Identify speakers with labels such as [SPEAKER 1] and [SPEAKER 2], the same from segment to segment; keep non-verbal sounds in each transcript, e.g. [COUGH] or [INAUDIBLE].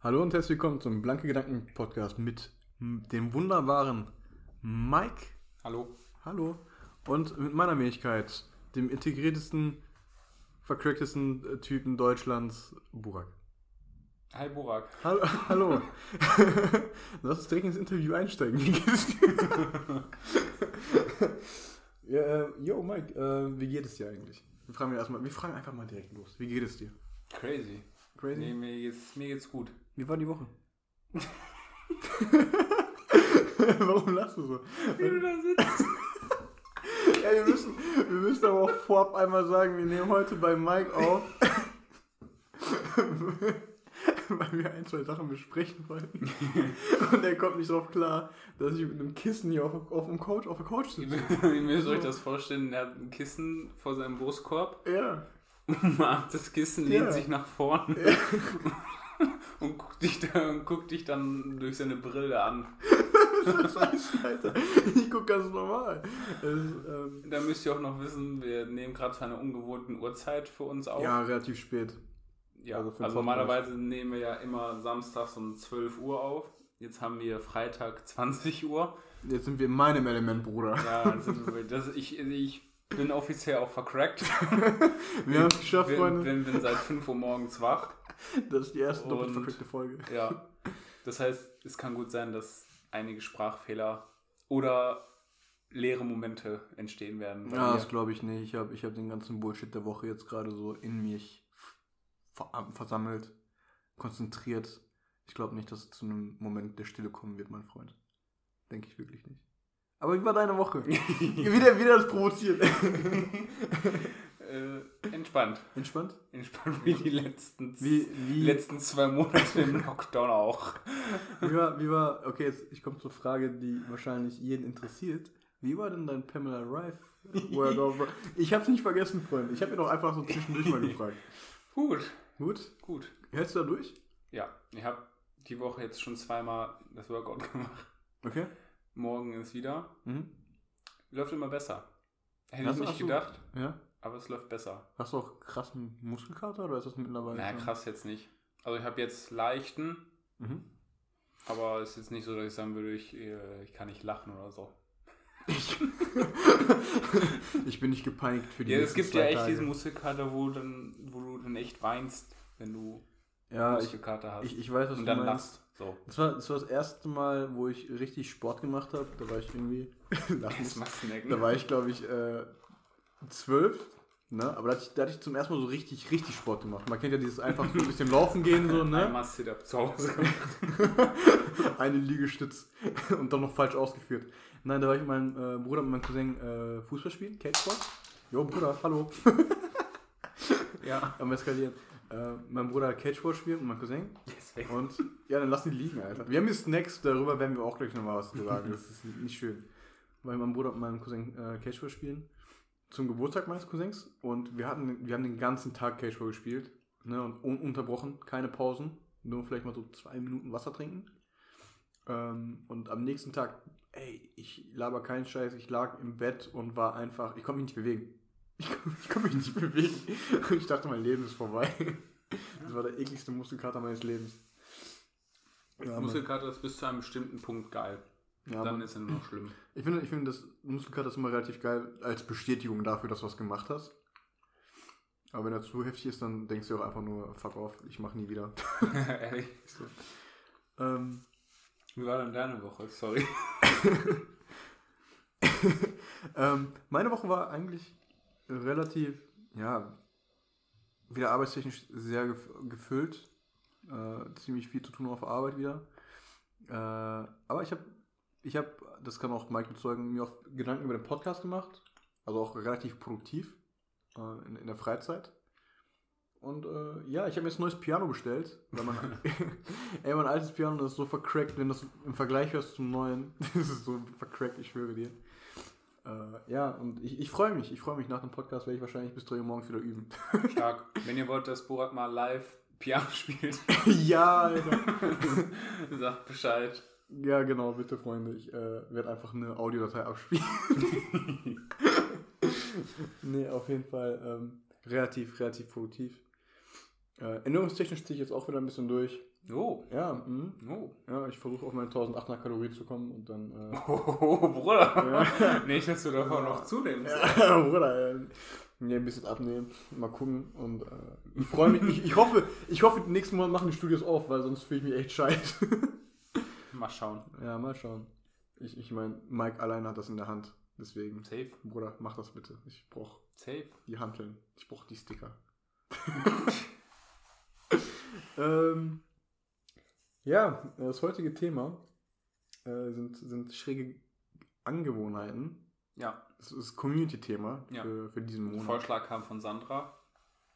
[SPEAKER 1] Hallo und herzlich willkommen zum Blanke Gedanken Podcast mit m- dem wunderbaren Mike.
[SPEAKER 2] Hallo.
[SPEAKER 1] Hallo. Und mit meiner Wenigkeit, dem integriertesten, vercracktesten äh, Typen Deutschlands, Burak.
[SPEAKER 2] Hi Burak.
[SPEAKER 1] Hallo. [LAUGHS] hallo. Lass uns direkt ins Interview einsteigen. [LAUGHS] Wie geht's dir? ja, äh, yo, Mike, äh, wie geht es dir eigentlich? Wir fragen, wir erstmal, wir fragen einfach mal direkt los. Wie geht es dir?
[SPEAKER 2] Crazy.
[SPEAKER 1] Crazy?
[SPEAKER 2] Nee, mir geht's, mir geht's
[SPEAKER 1] [LAUGHS]
[SPEAKER 2] gut.
[SPEAKER 1] Wie war die Woche? Warum lachst du so?
[SPEAKER 2] Wie du da sitzt.
[SPEAKER 1] [LAUGHS] Ja, wir, müssen, wir müssen aber auch vorab einmal sagen, wir nehmen heute bei Mike auf, [LAUGHS] weil wir ein, zwei Sachen besprechen
[SPEAKER 2] [LAUGHS]
[SPEAKER 1] wollten. Und er kommt nicht drauf klar, dass ich mit einem Kissen hier auf, auf, dem Couch, auf der Couch sitze.
[SPEAKER 2] Ihr müsst euch das vorstellen, er hat ein Kissen vor seinem Brustkorb, [LAUGHS]
[SPEAKER 1] Ja. [LAUGHS]
[SPEAKER 2] umarmt das Kissen, lehnt
[SPEAKER 1] Ja.
[SPEAKER 2] sich nach vorne [LAUGHS] und, guckt dich da, und guckt dich dann durch seine Brille an.
[SPEAKER 1] Das heißt, Alter, ich gucke ganz normal. Das ist, ähm,
[SPEAKER 2] Da müsst ihr auch noch wissen, wir nehmen gerade zu einer ungewohnten Uhrzeit für uns auf.
[SPEAKER 1] ja, relativ spät.
[SPEAKER 2] Ja,
[SPEAKER 1] Also für den Podcast.
[SPEAKER 2] also, normalerweise nehmen wir ja immer samstags um 12 Uhr auf. Jetzt haben wir Freitag [LAUGHS] 20 Uhr.
[SPEAKER 1] Jetzt sind wir in meinem Element, Bruder.
[SPEAKER 2] Ja, das, das, ich, ich bin offiziell auch vercrackt.
[SPEAKER 1] Wir haben es geschafft,
[SPEAKER 2] bin,
[SPEAKER 1] Freunde.
[SPEAKER 2] bin, bin seit 5 Uhr morgens wach.
[SPEAKER 1] Das ist die erste doppelt
[SPEAKER 2] Und-
[SPEAKER 1] verrückte Folge.
[SPEAKER 2] Ja. Das heißt, es kann gut sein, dass einige Sprachfehler oder leere Momente entstehen werden. bei
[SPEAKER 1] Ja,
[SPEAKER 2] mir.
[SPEAKER 1] das glaube ich nicht. Ich habe ich hab den ganzen Bullshit der Woche jetzt gerade so in mich ver ähm, versammelt, konzentriert. Ich glaube nicht, dass es zu einem Moment der Stille kommen wird, mein Freund. Denke ich wirklich nicht. Aber wie war deine Woche? wieder, wieder das Provozieren.
[SPEAKER 2] äh, entspannt.
[SPEAKER 1] Entspannt?
[SPEAKER 2] Entspannt wie die letzten,
[SPEAKER 1] Wie, wie,
[SPEAKER 2] letzten zwei Monate im Lockdown auch.
[SPEAKER 1] wie, war, wie war, okay, jetzt ich komme zur Frage, die wahrscheinlich jeden interessiert. Wie war denn dein Pamela Rife? Workout? Ich habe es nicht vergessen, Freund. Ich habe ihn auch einfach so zwischendurch mal gefragt.
[SPEAKER 2] Gut,
[SPEAKER 1] Gut,
[SPEAKER 2] gut.
[SPEAKER 1] hältst du da durch?
[SPEAKER 2] Ja, ich habe die Woche jetzt schon zweimal das Workout gemacht.
[SPEAKER 1] Okay.
[SPEAKER 2] Morgen ist wieder.
[SPEAKER 1] Mhm.
[SPEAKER 2] Läuft immer besser. Hätte
[SPEAKER 1] Das
[SPEAKER 2] ich
[SPEAKER 1] hast
[SPEAKER 2] nicht
[SPEAKER 1] du-
[SPEAKER 2] gedacht,
[SPEAKER 1] Ja.
[SPEAKER 2] aber es läuft besser.
[SPEAKER 1] Hast du auch krassen Muskelkater oder ist das mittlerweile?
[SPEAKER 2] Naja,
[SPEAKER 1] schon-
[SPEAKER 2] krass jetzt nicht. Also ich habe jetzt leichten,
[SPEAKER 1] Mhm.
[SPEAKER 2] Aber es ist jetzt nicht so, dass ich sagen würde, ich, äh, ich kann nicht lachen oder so.
[SPEAKER 1] [LAUGHS] ich bin nicht gepeinigt für die
[SPEAKER 2] Ja,
[SPEAKER 1] nächsten
[SPEAKER 2] es gibt
[SPEAKER 1] zwei
[SPEAKER 2] ja echt
[SPEAKER 1] Tage.
[SPEAKER 2] diesen Muskelkater, wo, dann, wo du dann echt weinst, wenn du
[SPEAKER 1] Ja, ich,
[SPEAKER 2] Muskelkater hast.
[SPEAKER 1] ich, ich weiß, was
[SPEAKER 2] und
[SPEAKER 1] du
[SPEAKER 2] dann
[SPEAKER 1] meinst.
[SPEAKER 2] lachst. So.
[SPEAKER 1] Das war, das war das erste Mal, wo ich richtig Sport gemacht habe. Da war ich irgendwie.
[SPEAKER 2] [LAUGHS]
[SPEAKER 1] [LAUGHS] Lachen
[SPEAKER 2] Das
[SPEAKER 1] muss.
[SPEAKER 2] machst du nicht.
[SPEAKER 1] da war ich, glaube ich, äh, zwölf. Ne? Aber da hatte, ich, da hatte ich zum ersten Mal so richtig, richtig Sport gemacht. Man kennt ja dieses einfach so ein bisschen laufen gehen, so, ne?
[SPEAKER 2] Einmal Sit-Up
[SPEAKER 1] [LAUGHS]
[SPEAKER 2] zu Hause gemacht.
[SPEAKER 1] Eine Liegestütz und dann noch falsch ausgeführt. Nein, da war ich mit meinem äh, Bruder und meinem Cousin äh, Fußball spielen, Catchball. Jo, Bruder, hallo.
[SPEAKER 2] Ja.
[SPEAKER 1] [LAUGHS] Am Eskalieren. Äh, mein Bruder hat Catchball spielt und mein Cousin.
[SPEAKER 2] Deswegen.
[SPEAKER 1] Und ja, dann lass ihn liegen, Alter. Wir haben hier Snacks, darüber werden wir auch gleich nochmal was zu sagen. Das ist nicht schön. Weil mein Bruder und mein Cousin äh, Catchball spielen. Zum Geburtstag meines Cousins. Und wir, hatten, wir haben den ganzen Tag Catchball gespielt. Ne, und ununterbrochen, keine Pausen. Nur vielleicht mal so zwei Minuten Wasser trinken. Ähm, und am nächsten Tag, ey, ich laber keinen Scheiß. Ich lag im Bett und war einfach, ich konnte mich nicht bewegen. [LAUGHS] Ich, kon- ich konnte mich nicht bewegen. [LAUGHS] Und ich dachte, mein Leben ist vorbei. [LAUGHS] Das war der ekligste Muskelkater meines Lebens. Ja, Mann.
[SPEAKER 2] Muskelkater ist bis zu einem bestimmten Punkt geil.
[SPEAKER 1] ja,
[SPEAKER 2] dann
[SPEAKER 1] Mann.
[SPEAKER 2] ist es nur noch schlimm. [LAUGHS]
[SPEAKER 1] ich finde, ich finde das Muskelkater ist immer relativ geil als Bestätigung dafür, dass du was gemacht hast. Aber wenn er zu heftig ist, dann denkst du auch einfach nur, fuck off, ich mach nie wieder. [LAUGHS]
[SPEAKER 2] Ehrlich.
[SPEAKER 1] Ähm,
[SPEAKER 2] Wie war denn deine Woche?
[SPEAKER 1] [LAUGHS]
[SPEAKER 2] Sorry.
[SPEAKER 1] Ähm, meine Woche war eigentlich relativ, ja, wieder arbeitstechnisch sehr gef gefüllt. Äh, ziemlich viel zu tun auf der Arbeit wieder. Äh, aber ich habe, ich habe, das kann auch Mike bezeugen, mir auch Gedanken über den Podcast gemacht. Also auch relativ produktiv äh, in, in der Freizeit. Und äh, ja, ich habe mir jetzt ein neues Piano bestellt. Weil man, [LAUGHS] ey, mein altes Piano das ist so vercrackt, wenn du das im Vergleich hörst zum neuen. [LAUGHS] Das ist so vercrackt, ich schwöre dir. Äh, ja, und ich, ich freue mich. Ich freue mich. Nach dem Podcast werde ich wahrscheinlich bis 3 Uhr morgens wieder üben. [LAUGHS]
[SPEAKER 2] Stark. Wenn ihr wollt, dass Burak mal live Piano spielt, [LAUGHS]
[SPEAKER 1] ja, Alter.
[SPEAKER 2] sagt Bescheid.
[SPEAKER 1] [LAUGHS] Ja, genau, bitte, Freunde. Ich äh, werde einfach eine Audiodatei [LAUGHS] abspielen. nee, auf jeden Fall ähm, relativ, relativ produktiv. Äh, änderungstechnisch ziehe ich jetzt auch wieder ein bisschen durch.
[SPEAKER 2] Oh,
[SPEAKER 1] Ja, mhm.
[SPEAKER 2] oh. [LAUGHS]
[SPEAKER 1] ja ich versuche auf meine 1800 Kalorien zu kommen und dann. [LAUGHS] Äh,
[SPEAKER 2] Oh, Bruder.
[SPEAKER 1] ja.
[SPEAKER 2] Nicht, dass du davon noch zunimmst.
[SPEAKER 1] Ja, [LAUGHS] Bruder, ähm, ja. Nee, ein bisschen abnehmen, mal gucken und äh, ich freue mich, ich, ich hoffe, ich hoffe, den nächsten Monat machen die Studios auf, weil sonst fühle ich mich echt scheiße. [LAUGHS]
[SPEAKER 2] Mal schauen.
[SPEAKER 1] ja, mal schauen. Ich, ich meine, Mike allein hat das in der Hand, deswegen,
[SPEAKER 2] Safe,
[SPEAKER 1] Bruder, mach das bitte. Ich brauche
[SPEAKER 2] safe.
[SPEAKER 1] die Hanteln, ich brauche die Sticker. [LAUGHS] ähm, ja, das heutige Thema äh, sind, sind schräge Angewohnheiten.
[SPEAKER 2] Ja,
[SPEAKER 1] Das ist Community-Thema
[SPEAKER 2] Ja.
[SPEAKER 1] für, für diesen
[SPEAKER 2] ein
[SPEAKER 1] Monat.
[SPEAKER 2] Vorschlag kam von Sandra.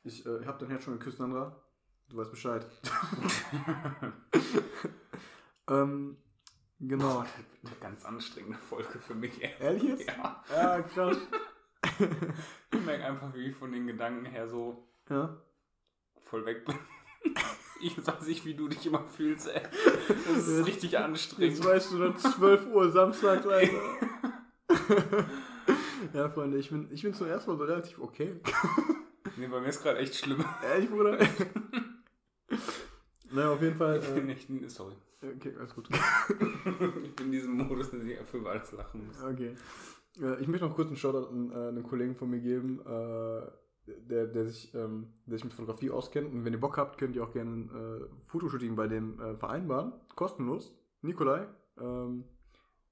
[SPEAKER 1] Ich äh, hab dein Herz schon geküsst, Sandra. Du weißt Bescheid. ähm, genau.
[SPEAKER 2] Eine ganz anstrengende [LAUGHS] Folge für mich. ey.
[SPEAKER 1] Ehrlich jetzt?
[SPEAKER 2] Ja,
[SPEAKER 1] Ja, krass.
[SPEAKER 2] ich merke einfach, wie ich von den Gedanken her so
[SPEAKER 1] Ja.
[SPEAKER 2] voll weg bin. [LAUGHS] Ich weiß nicht, wie du dich immer fühlst, ey. Das ist richtig
[SPEAKER 1] Jetzt
[SPEAKER 2] anstrengend.
[SPEAKER 1] weißt du dann 12 Uhr Samstag, Alter. ja, Freunde, ich bin, ich bin zum ersten Mal so relativ okay.
[SPEAKER 2] Nee, bei mir ist gerade echt schlimm.
[SPEAKER 1] Ehrlich, Bruder? naja, auf jeden Fall.
[SPEAKER 2] Ich bin
[SPEAKER 1] Äh,
[SPEAKER 2] echt, sorry.
[SPEAKER 1] okay, alles gut.
[SPEAKER 2] Ich bin in diesem Modus, dass ich für alles lachen muss.
[SPEAKER 1] Okay. Äh, Ich möchte noch kurz einen Shoutout an äh, einen Kollegen von mir geben, äh, der, der, sich, ähm, der sich mit Fotografie auskennt. Und wenn ihr Bock habt, könnt ihr auch gerne äh, Fotoshooting bei dem äh, vereinbaren. Kostenlos. Nikolai. Ähm,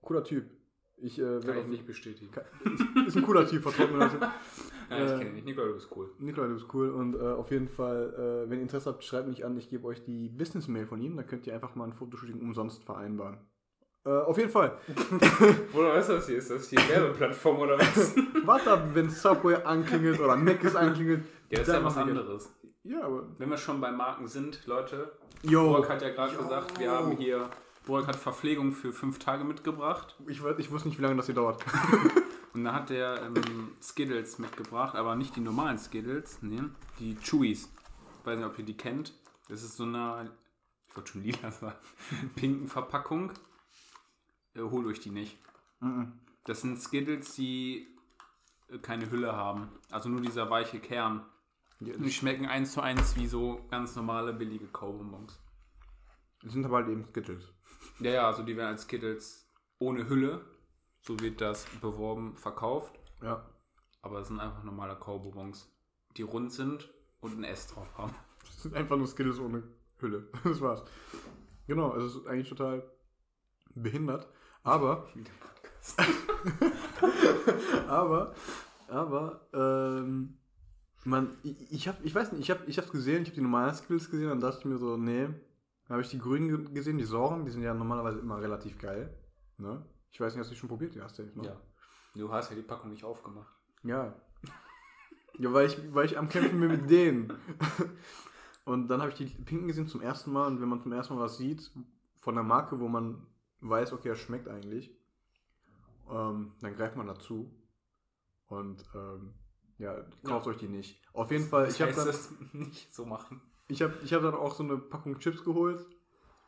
[SPEAKER 1] cooler Typ. Ich, äh, werd
[SPEAKER 2] Kann ich
[SPEAKER 1] auf-
[SPEAKER 2] nicht bestätigen.
[SPEAKER 1] [LAUGHS] Ist ein cooler Typ, vertraut mir Leute.
[SPEAKER 2] Nein, ich
[SPEAKER 1] Äh,
[SPEAKER 2] kenne dich. Nicole, du bist cool.
[SPEAKER 1] Nikolai, du bist cool. Und äh, auf jeden Fall, äh, wenn ihr Interesse habt, schreibt mich an. Ich gebe euch die Business-Mail von ihm. Dann könnt ihr einfach mal ein Fotoshooting umsonst vereinbaren. Äh, auf jeden Fall.
[SPEAKER 2] Bruder, was ist das hier? Ist das hier Werbeplattform oder was? [LAUGHS]
[SPEAKER 1] Warte ab, wenn Subway anklingelt oder Mc's anklingelt.
[SPEAKER 2] Ja, ist
[SPEAKER 1] dann
[SPEAKER 2] ja was
[SPEAKER 1] machen wir-
[SPEAKER 2] anderes.
[SPEAKER 1] Ja, aber.
[SPEAKER 2] Wenn wir schon bei Marken sind, Leute,
[SPEAKER 1] Yo,
[SPEAKER 2] Burg hat ja gerade gesagt, wir haben hier, Burg hat Verpflegung für fünf Tage mitgebracht.
[SPEAKER 1] ich, weiß- ich wusste nicht, wie lange das hier dauert. [LAUGHS]
[SPEAKER 2] Und da hat der ähm, Skittles mitgebracht, aber nicht die normalen Skittles, nee, die Chewies. Ich weiß nicht, ob ihr die kennt. Das ist so eine, ich wollte schon lila sagen, [LAUGHS] pinken Verpackung. Äh, holt euch die nicht. Das sind Skittles, die äh, keine Hülle haben. Also nur dieser weiche Kern. Und die
[SPEAKER 1] Die
[SPEAKER 2] schmecken eins zu eins wie so ganz normale billige Kaubonbons.
[SPEAKER 1] sind aber halt eben Skittles.
[SPEAKER 2] Ja, ja, also die werden als Skittles ohne Hülle, so wird das beworben, verkauft.
[SPEAKER 1] Ja.
[SPEAKER 2] Aber es sind einfach normale Kaubonbons, die rund sind und ein S drauf haben.
[SPEAKER 1] [LAUGHS] Das sind einfach nur Skittles ohne Hülle. [LAUGHS] Das war's. Genau, also es ist eigentlich total behindert. Aber. [LAUGHS] aber. Aber. Ähm, man, ich, ich, hab, ich weiß nicht, ich habe ich hab's gesehen, ich habe die normalen Skittles gesehen, dann dachte ich mir so, nee. Dann habe ich die grünen ge- gesehen, die sauren, die sind ja normalerweise immer relativ geil. Ne? Ich weiß nicht, hast du die schon probiert? Ja, hast du ja. ne?
[SPEAKER 2] Du hast ja die Packung nicht aufgemacht.
[SPEAKER 1] Ja. Ja, weil ich, weil ich am Kämpfen bin
[SPEAKER 2] [LAUGHS]
[SPEAKER 1] mit denen. Und dann habe ich die Pinken gesehen zum ersten Mal und wenn man zum ersten Mal was sieht von der Marke, wo man weiß, okay, das schmeckt eigentlich, ähm, dann greift man dazu und ähm, ja, kauft euch die nicht. Auf jeden Fall, Äh, ich
[SPEAKER 2] Ich
[SPEAKER 1] habe
[SPEAKER 2] heißt
[SPEAKER 1] dann,
[SPEAKER 2] das [LAUGHS] nicht so machen.
[SPEAKER 1] ich hab, ich hab dann auch so eine Packung Chips geholt.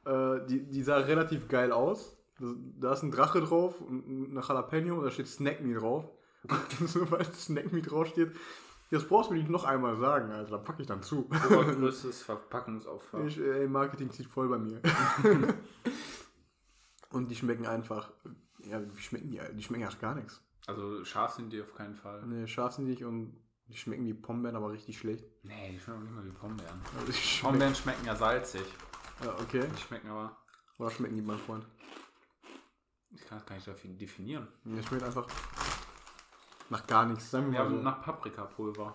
[SPEAKER 1] Äh, die, die sah relativ geil aus. Das, da ist ein Drache drauf und eine Jalapeno und da steht Snack Me drauf. [LAUGHS] Und so, weil Snack Me draufsteht, das brauchst du mir nicht noch einmal sagen, Alter. Da packe ich dann zu.
[SPEAKER 2] Größtes Verpackungsaufwand.
[SPEAKER 1] Ich, ey, Marketing zieht voll bei mir. und die schmecken einfach. Ja, wie schmecken die? Die schmecken einfach gar nichts.
[SPEAKER 2] Also scharf sind die auf keinen Fall.
[SPEAKER 1] Nee, scharf sind die nicht und die schmecken wie Pombeeren, aber richtig schlecht.
[SPEAKER 2] Nee, die schmecken nicht mal wie Pombeeren.
[SPEAKER 1] Also die schmecken,
[SPEAKER 2] Pombeeren schmecken ja salzig.
[SPEAKER 1] ja, okay.
[SPEAKER 2] Die schmecken aber,
[SPEAKER 1] Oder schmecken die, mein Freund?
[SPEAKER 2] ich kann das gar nicht dafür definieren.
[SPEAKER 1] Mir schmeckt einfach nach gar nichts. Sagen wir
[SPEAKER 2] Ja,
[SPEAKER 1] mal so. [LAUGHS]
[SPEAKER 2] nach Paprikapulver.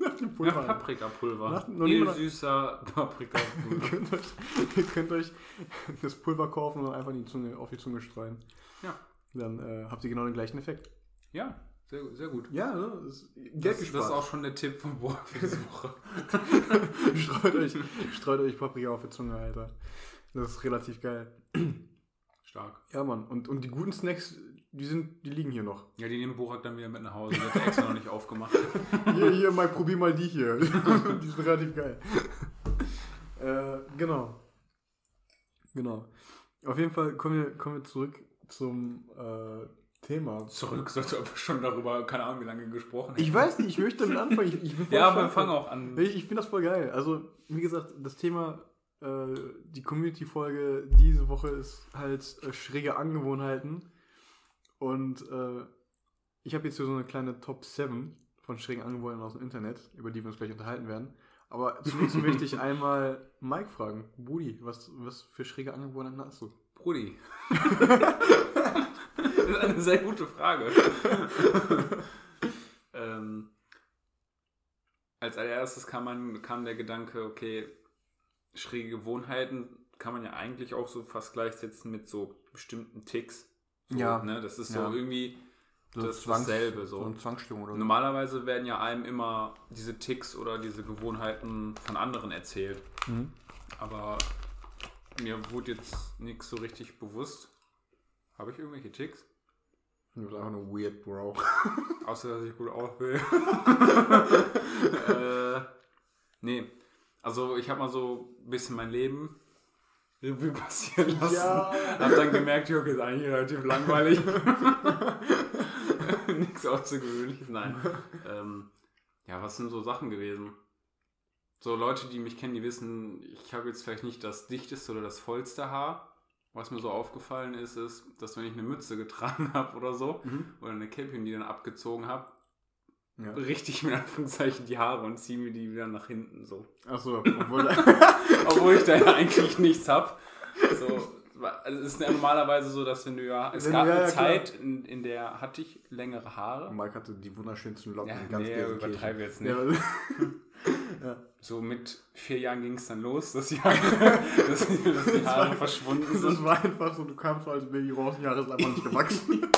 [SPEAKER 1] nach dem
[SPEAKER 2] Nach Paprikapulver.
[SPEAKER 1] Nach- noch nie mal-
[SPEAKER 2] Viel süßer
[SPEAKER 1] [LAUGHS] ihr,
[SPEAKER 2] Paprikapulver.
[SPEAKER 1] könnt euch, ihr könnt euch das Pulver kaufen und dann einfach in die Zunge, auf die Zunge streuen.
[SPEAKER 2] Ja.
[SPEAKER 1] Dann äh, habt ihr genau den gleichen Effekt.
[SPEAKER 2] ja, sehr, gut- sehr gut.
[SPEAKER 1] Ja, ne? Das ist Geld
[SPEAKER 2] Das, das ist
[SPEAKER 1] gespart.
[SPEAKER 2] auch schon der Tipp von Burg für diese Woche.
[SPEAKER 1] [LAUGHS] streut, euch, streut euch Paprika auf die Zunge, Alter. Das ist relativ geil.
[SPEAKER 2] [LAUGHS] Stark.
[SPEAKER 1] Ja, Mann. Und, und die guten Snacks, die, sind, die liegen hier noch.
[SPEAKER 2] Ja, die nehmen Burak dann wieder mit nach Hause. Die hat er extra noch nicht [LAUGHS] aufgemacht.
[SPEAKER 1] Hier, hier, mal probier mal die hier. [LAUGHS] die sind relativ geil. Äh, genau. Genau. Auf jeden Fall kommen wir, kommen wir zurück zum äh, Thema.
[SPEAKER 2] Zurück, sonst haben wir schon darüber, keine Ahnung, wie lange gesprochen.
[SPEAKER 1] Ich weiß nicht, ich möchte damit anfangen. Ich, ich bin voll
[SPEAKER 2] ja, aber
[SPEAKER 1] stolz.
[SPEAKER 2] fang auch an.
[SPEAKER 1] Ich, ich finde das voll geil. Also, wie gesagt, das Thema äh, die Community-Folge diese Woche ist halt äh, schräge Angewohnheiten. Und äh, ich habe jetzt hier so eine kleine Top 7 von schrägen Angewohnheiten aus dem Internet, über die wir uns gleich unterhalten werden. Aber [LAUGHS] zunächst möchte ich einmal Mike fragen. Budi, was, was für schräge Angewohnheiten hast du?
[SPEAKER 2] Brudi. [LAUGHS] das ist eine sehr
[SPEAKER 1] [LAUGHS]
[SPEAKER 2] gute Frage. ähm, als allererstes kam, man, kam der Gedanke, okay, schräge Gewohnheiten kann man ja eigentlich auch so fast gleichsetzen mit so bestimmten Ticks. So,
[SPEAKER 1] Ja.
[SPEAKER 2] Ne? Das ist
[SPEAKER 1] Ja.
[SPEAKER 2] so irgendwie
[SPEAKER 1] So
[SPEAKER 2] das
[SPEAKER 1] Zwangs-
[SPEAKER 2] dasselbe. So.
[SPEAKER 1] So eine Zwangsstörung oder so.
[SPEAKER 2] Normalerweise werden ja einem immer diese Ticks oder diese Gewohnheiten von anderen erzählt.
[SPEAKER 1] Mhm.
[SPEAKER 2] Aber mir wurde jetzt nichts so richtig bewusst. Habe ich irgendwelche Ticks?
[SPEAKER 1] Du bist einfach nur weird, [LAUGHS] Bro.
[SPEAKER 2] Außer, dass ich gut auf will. [LAUGHS] äh, nee. Also, ich habe mal so ein bisschen mein Leben Revue passieren lassen. Hab dann gemerkt, Jörg ist eigentlich relativ langweilig. [LAUGHS] Nichts Außergewöhnliches, nein. Ähm, ja, was sind so Sachen gewesen? So Leute, die mich kennen, die wissen, ich habe jetzt vielleicht nicht das dichteste oder das vollste Haar. Was mir so aufgefallen ist, ist, dass wenn ich eine Mütze getragen [LAUGHS] habe oder so,
[SPEAKER 1] Mhm.
[SPEAKER 2] oder eine Cappy, die dann abgezogen habe,
[SPEAKER 1] Ja.
[SPEAKER 2] richte ich mir in Anführungszeichen die Haare und ziehe mir die wieder nach hinten so.
[SPEAKER 1] Achso, [LAUGHS] obwohl.
[SPEAKER 2] Obwohl ich da ja [LAUGHS] eigentlich nichts hab. So, also es ist ja normalerweise so, dass wenn du ja. Es
[SPEAKER 1] Wenn
[SPEAKER 2] gab
[SPEAKER 1] du- ja,
[SPEAKER 2] eine
[SPEAKER 1] ja, klar.
[SPEAKER 2] Zeit, in, in der hatte ich längere Haare.
[SPEAKER 1] Mike hatte die wunderschönsten Locken.
[SPEAKER 2] Ja,
[SPEAKER 1] in
[SPEAKER 2] nee,
[SPEAKER 1] Gelsenkirchen.
[SPEAKER 2] übertreibe jetzt nicht.
[SPEAKER 1] Ja,
[SPEAKER 2] So mit vier Jahren ging es dann los,
[SPEAKER 1] [LAUGHS]
[SPEAKER 2] dass die Haare, dass, die- dass die Haare [LAUGHS] verschwunden
[SPEAKER 1] das, das
[SPEAKER 2] sind.
[SPEAKER 1] war einfach so, du kamst so als Baby raus und die Haare sind einfach nicht
[SPEAKER 2] [LAUGHS]
[SPEAKER 1] gewachsen.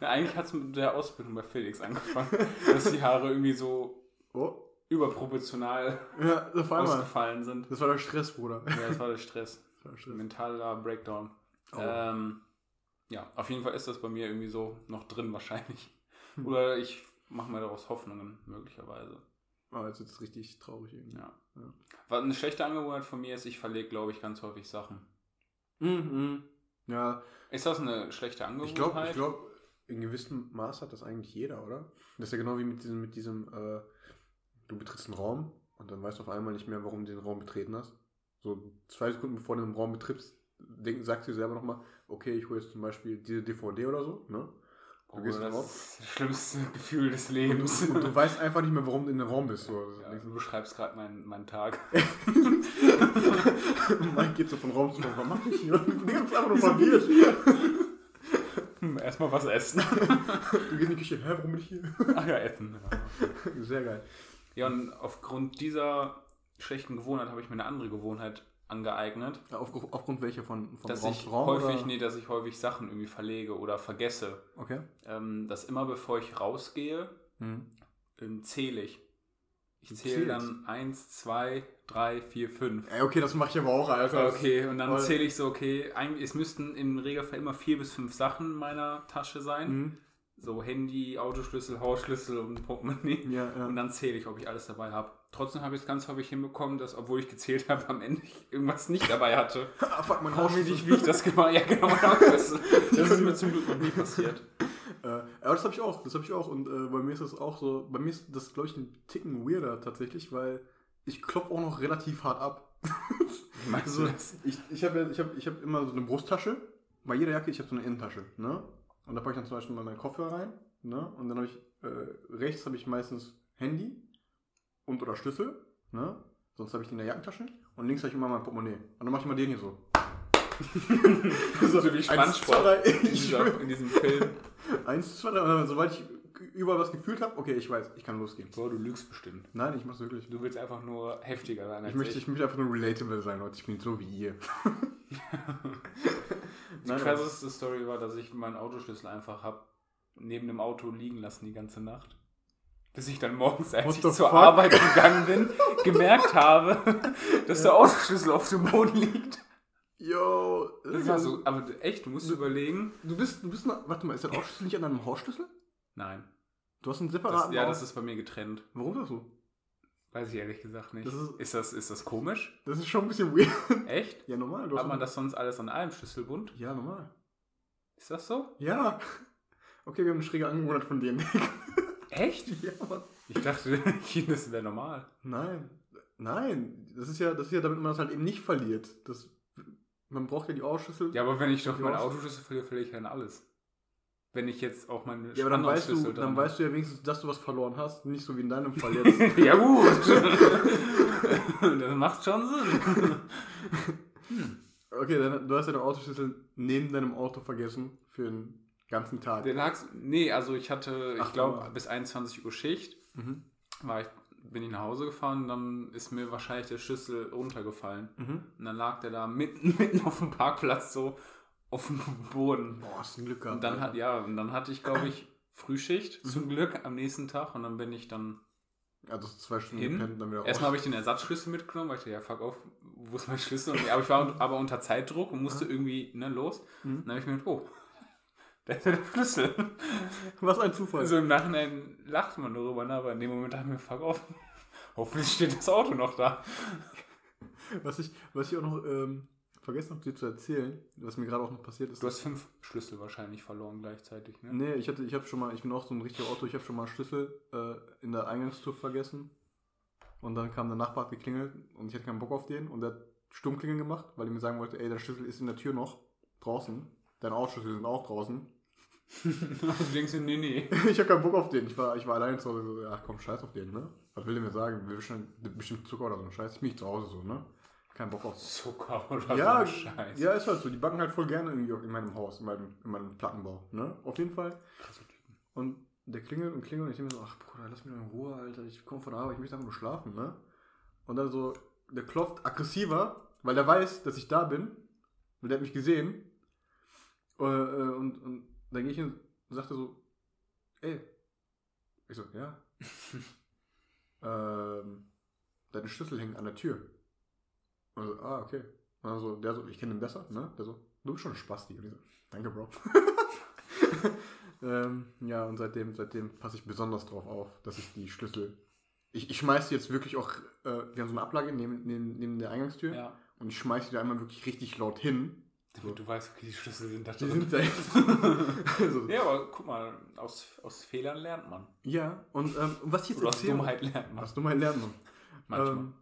[SPEAKER 2] Na, eigentlich hat's mit der Ausbildung bei Felix angefangen,
[SPEAKER 1] [LAUGHS]
[SPEAKER 2] dass die Haare irgendwie so
[SPEAKER 1] Oh.
[SPEAKER 2] überproportional
[SPEAKER 1] Ja, auf einmal.
[SPEAKER 2] ausgefallen sind.
[SPEAKER 1] Das war der Stress, Bruder.
[SPEAKER 2] Ja, das war der Stress.
[SPEAKER 1] Das war der Stress.
[SPEAKER 2] Mentaler Breakdown.
[SPEAKER 1] Oh.
[SPEAKER 2] Ähm, ja, auf jeden Fall ist das bei mir irgendwie so noch drin [LAUGHS] wahrscheinlich.
[SPEAKER 1] Hm.
[SPEAKER 2] Oder ich mache mir daraus Hoffnungen, möglicherweise.
[SPEAKER 1] Aber oh, jetzt ist es richtig traurig irgendwie.
[SPEAKER 2] Ja.
[SPEAKER 1] Ja.
[SPEAKER 2] Was eine schlechte Angewohnheit von mir ist, ich verlege, glaube ich, ganz häufig Sachen.
[SPEAKER 1] Mhm. Ja,
[SPEAKER 2] Ist das eine schlechte Angewohnheit?
[SPEAKER 1] ich glaube, ich glaub, in gewissem Maß hat das eigentlich jeder, oder? Das ist ja genau wie mit diesem, mit diesem äh, du betrittst einen Raum und dann weißt du auf einmal nicht mehr, warum du den Raum betreten hast. So zwei Sekunden bevor du den Raum betrittst, denk, sagst du dir selber nochmal, okay, ich hole jetzt zum Beispiel diese DVD oder so, ne?
[SPEAKER 2] oh,
[SPEAKER 1] du gehst
[SPEAKER 2] das
[SPEAKER 1] drauf.
[SPEAKER 2] ist das schlimmste [LAUGHS] Gefühl des
[SPEAKER 1] Und
[SPEAKER 2] Lebens.
[SPEAKER 1] du, und du weißt einfach nicht mehr, warum du in den Raum bist. So.
[SPEAKER 2] [LAUGHS]
[SPEAKER 1] Also,
[SPEAKER 2] ja, du beschreibst gerade meinen, meinen Tag.
[SPEAKER 1] [LAUGHS] Mike geht so von Raum zu Raum, was mach
[SPEAKER 2] [LAUGHS]
[SPEAKER 1] ich hier? Du gehst einfach nur verwirrt.
[SPEAKER 2] Hm, Erstmal was essen. [LAUGHS]
[SPEAKER 1] Du gehst in die Küche, hä, warum bin ich hier?
[SPEAKER 2] Ach ja, essen. Ja.
[SPEAKER 1] Sehr geil.
[SPEAKER 2] ja, und aufgrund dieser schlechten Gewohnheit habe ich mir eine andere Gewohnheit angeeignet.
[SPEAKER 1] Ja, auf, aufgrund welcher von, von
[SPEAKER 2] dass
[SPEAKER 1] Raum
[SPEAKER 2] ich
[SPEAKER 1] zu Raum?
[SPEAKER 2] häufig,
[SPEAKER 1] oder?
[SPEAKER 2] nee, dass ich häufig Sachen irgendwie verlege oder vergesse.
[SPEAKER 1] Okay.
[SPEAKER 2] Ähm, dass immer bevor ich rausgehe,
[SPEAKER 1] Mhm.
[SPEAKER 2] ähm, zähle ich.
[SPEAKER 1] Du
[SPEAKER 2] Ich zähle
[SPEAKER 1] zählst?
[SPEAKER 2] dann 1, 2, 3, 4, 5.
[SPEAKER 1] Ey, okay, das mache ich aber auch, Alter.
[SPEAKER 2] Okay, und dann
[SPEAKER 1] Voll.
[SPEAKER 2] zähle ich so, okay, eigentlich, es müssten im Regelfall immer vier bis fünf Sachen in meiner Tasche sein.
[SPEAKER 1] Mhm.
[SPEAKER 2] So Handy, Autoschlüssel, Hausschlüssel und Portemonnaie.
[SPEAKER 1] Ja, ja.
[SPEAKER 2] Und dann zähle ich, ob ich alles dabei habe. Trotzdem habe ich es ganz häufig hinbekommen, dass, obwohl ich gezählt habe, am Ende ich irgendwas nicht dabei
[SPEAKER 1] [LAUGHS]
[SPEAKER 2] hatte.
[SPEAKER 1] [LAUGHS] ah, fuck, mein
[SPEAKER 2] Brauche
[SPEAKER 1] Haus
[SPEAKER 2] mich
[SPEAKER 1] ist
[SPEAKER 2] nicht, wie ich das gemacht habe. Ja, genau. Das, das ist mir zum Glück noch nie passiert.
[SPEAKER 1] [LAUGHS] Äh, aber das habe ich auch, das habe ich auch. Und äh, bei mir ist das auch so, bei mir ist das, glaube ich, ein Ticken weirder tatsächlich, weil ich klopfe auch noch relativ hart ab.
[SPEAKER 2] meinst du
[SPEAKER 1] Also,
[SPEAKER 2] das?
[SPEAKER 1] Ich, ich habe ich hab, ich hab immer so eine Brusttasche. Bei jeder Jacke, ich habe so eine Innentasche. Ne? Und da packe ich dann zum Beispiel mal meinen Kopfhörer rein. Ne? Und dann habe ich, äh, rechts habe ich meistens Handy und oder Schlüssel. Ne? Sonst habe ich die in der Jackentasche. Und links habe ich immer mein Portemonnaie. Und dann mache ich mal den hier so.
[SPEAKER 2] So wie
[SPEAKER 1] [LAUGHS]
[SPEAKER 2] Spannsport
[SPEAKER 1] eins, zwei, drei.
[SPEAKER 2] in, dieser, in diesem Film.
[SPEAKER 1] Eins, zwei, drei. Und dann, sobald ich überall was gefühlt habe, okay, ich weiß, ich kann losgehen.
[SPEAKER 2] Boah, du lügst bestimmt.
[SPEAKER 1] Nein, ich mache es wirklich.
[SPEAKER 2] Du willst einfach nur heftiger sein als
[SPEAKER 1] Ich möchte, ich möchte einfach nur relatable sein, Leute. Ich bin so wie
[SPEAKER 2] [LAUGHS]
[SPEAKER 1] ihr. [LAUGHS]
[SPEAKER 2] Die krasseste Story war, dass ich meinen Autoschlüssel einfach habe neben dem Auto liegen lassen die ganze Nacht. Bis ich dann morgens, als
[SPEAKER 1] What
[SPEAKER 2] ich
[SPEAKER 1] the
[SPEAKER 2] zur
[SPEAKER 1] fuck?
[SPEAKER 2] Arbeit gegangen bin,
[SPEAKER 1] [LAUGHS]
[SPEAKER 2] gemerkt habe, dass der Autoschlüssel auf dem Boden liegt.
[SPEAKER 1] Yo.
[SPEAKER 2] Das war so, aber echt, du musst überlegen.
[SPEAKER 1] Du bist, du bist mal, warte mal, ist dein Hausschlüssel nicht an deinem Hausschlüssel?
[SPEAKER 2] Nein.
[SPEAKER 1] Du hast einen separaten
[SPEAKER 2] Das, ja, das
[SPEAKER 1] Haus-
[SPEAKER 2] ist bei mir getrennt.
[SPEAKER 1] Warum das so?
[SPEAKER 2] Weiß ich ehrlich gesagt nicht.
[SPEAKER 1] Das ist-
[SPEAKER 2] ist, das, ist das komisch?
[SPEAKER 1] Das ist schon ein bisschen weird.
[SPEAKER 2] Echt?
[SPEAKER 1] Ja, normal. Du
[SPEAKER 2] Hat man
[SPEAKER 1] einen-
[SPEAKER 2] das sonst alles an einem Schlüsselbund?
[SPEAKER 1] Ja, normal.
[SPEAKER 2] Ist das so?
[SPEAKER 1] Ja. Okay, wir haben eine schräge Angewohnheit von dir.
[SPEAKER 2] Echt?
[SPEAKER 1] [LAUGHS] ja, Mann.
[SPEAKER 2] [LAUGHS] Ich dachte, das wäre normal.
[SPEAKER 1] Nein. Nein, das ist ja, das ist ja, damit man das halt eben nicht verliert. Das, man braucht ja die Ohrschüssel.
[SPEAKER 2] Ja, aber wenn ich doch
[SPEAKER 1] Die
[SPEAKER 2] meine
[SPEAKER 1] Ohrschüssel-
[SPEAKER 2] Autoschlüssel verliere, verliere ich dann alles. Wenn ich jetzt auch meine
[SPEAKER 1] Ja, aber dann weißt, du,
[SPEAKER 2] Standortschlüssel
[SPEAKER 1] dann
[SPEAKER 2] dran- [LAUGHS]
[SPEAKER 1] weißt du ja wenigstens, dass du was verloren hast. Nicht so wie in deinem Fall jetzt.
[SPEAKER 2] ja gut. [LAUGHS] das macht schon Sinn.
[SPEAKER 1] Okay, dann, du hast deine Autoschlüssel neben deinem Auto vergessen für den ganzen Tag.
[SPEAKER 2] Der lag's, nee, also ich hatte, ich
[SPEAKER 1] Ach,
[SPEAKER 2] glaube,
[SPEAKER 1] aber-
[SPEAKER 2] bis 21 Uhr Schicht.
[SPEAKER 1] Mhm.
[SPEAKER 2] War ich, bin ich nach Hause gefahren und dann ist mir wahrscheinlich der Schlüssel runtergefallen.
[SPEAKER 1] Mhm.
[SPEAKER 2] Und dann lag der da mitten, [LAUGHS] mitten auf dem Parkplatz so auf dem Boden.
[SPEAKER 1] Boah, hast du Glück gehabt.
[SPEAKER 2] Und dann, hat,
[SPEAKER 1] Alter.
[SPEAKER 2] ja, und dann hatte ich, glaube ich, Frühschicht,
[SPEAKER 1] Mhm.
[SPEAKER 2] zum Glück am nächsten Tag. Und dann bin ich dann
[SPEAKER 1] Also zwei Stunden
[SPEAKER 2] Hin.
[SPEAKER 1] gepennt, dann wieder
[SPEAKER 2] Erstmal habe ich den Ersatzschlüssel mitgenommen, weil ich dachte, ja, fuck auf, wo ist mein Schlüssel? Und, aber ich war un- aber unter Zeitdruck und musste irgendwie ne, los.
[SPEAKER 1] Mhm.
[SPEAKER 2] Und dann habe ich mir gedacht, oh, [LAUGHS] da ist ja der Schlüssel.
[SPEAKER 1] Was ein Zufall.
[SPEAKER 2] Also im Nachhinein lacht man darüber, ne? aber in dem Moment dachte ich mir, fuck auf, [LAUGHS] hoffentlich steht das Auto noch da.
[SPEAKER 1] Was ich, was ich auch noch ähm, vergessen habe, dir zu erzählen, was mir gerade auch noch passiert ist.
[SPEAKER 2] Du hast fünf Schlüssel wahrscheinlich verloren gleichzeitig, ne?
[SPEAKER 1] nee, ich hatte, ich habe schon mal, ich bin auch so ein richtiger Otto, ich habe schon mal Schlüssel äh, in der Eingangstür vergessen. Und dann kam der Nachbar, hat geklingelt und ich hatte keinen Bock auf den und der hat Stummklingeln gemacht, weil ich mir sagen wollte, ey, der Schlüssel ist in der Tür noch draußen. Deine Autoschlüssel sind auch draußen. [LAUGHS]
[SPEAKER 2] Und Also du denkst dir, nee, nee.
[SPEAKER 1] ich habe keinen Bock auf den. Ich war, ich war allein zu Hause. So, ach komm, scheiß auf den, ne? Was will der mir sagen? Will bestimmt, bestimmt Zucker oder so. ein Scheiß ich mich zu Hause so, ne? Kein Bock auf
[SPEAKER 2] Zucker oder
[SPEAKER 1] ja,
[SPEAKER 2] so ein Scheiß.
[SPEAKER 1] ja, ist halt so. Die backen halt voll gerne irgendwie auch in meinem Haus, in meinem, in meinem Plattenbau. Ne? Auf jeden Fall.
[SPEAKER 2] Krasse Typen.
[SPEAKER 1] Und der klingelt und klingelt und ich denke mir so, ach Bruder, lass mich doch in Ruhe, Alter. Ich komme von der Arbeit, ich möchte einfach nur schlafen, ne? Und dann so, der klopft aggressiver, weil der weiß, dass ich da bin. Und der hat mich gesehen. Äh, äh, Und, und dann gehe ich hin und sagte so, ey. Ich so, [LAUGHS] ja. ähm, deine Schlüssel hängen an der Tür. Und so, ah, okay. Und dann so, der so, ich kenne den besser, ne? Der so, du bist schon ein Spasti. Und ich so, danke, Bro. [LAUGHS] ähm, ja, und seitdem, seitdem passe ich besonders drauf auf, dass ich die Schlüssel. Ich, ich schmeiß die jetzt wirklich auch, äh, wir haben so eine Ablage neben, neben, neben der Eingangstür
[SPEAKER 2] Ja.
[SPEAKER 1] und ich schmeiß die da einmal wirklich richtig laut hin.
[SPEAKER 2] Damit du weißt, okay, die Schlüssel sind da
[SPEAKER 1] Die [LAUGHS]
[SPEAKER 2] drin.
[SPEAKER 1] sind da jetzt. also,
[SPEAKER 2] ja, aber guck mal, aus, aus Fehlern lernt man.
[SPEAKER 1] ja, und ähm, was ich jetzt
[SPEAKER 2] Oder aus
[SPEAKER 1] erzählen
[SPEAKER 2] Dummheit lernt man.
[SPEAKER 1] Hast du mal lernen, Mann.
[SPEAKER 2] Manchmal.
[SPEAKER 1] Ähm,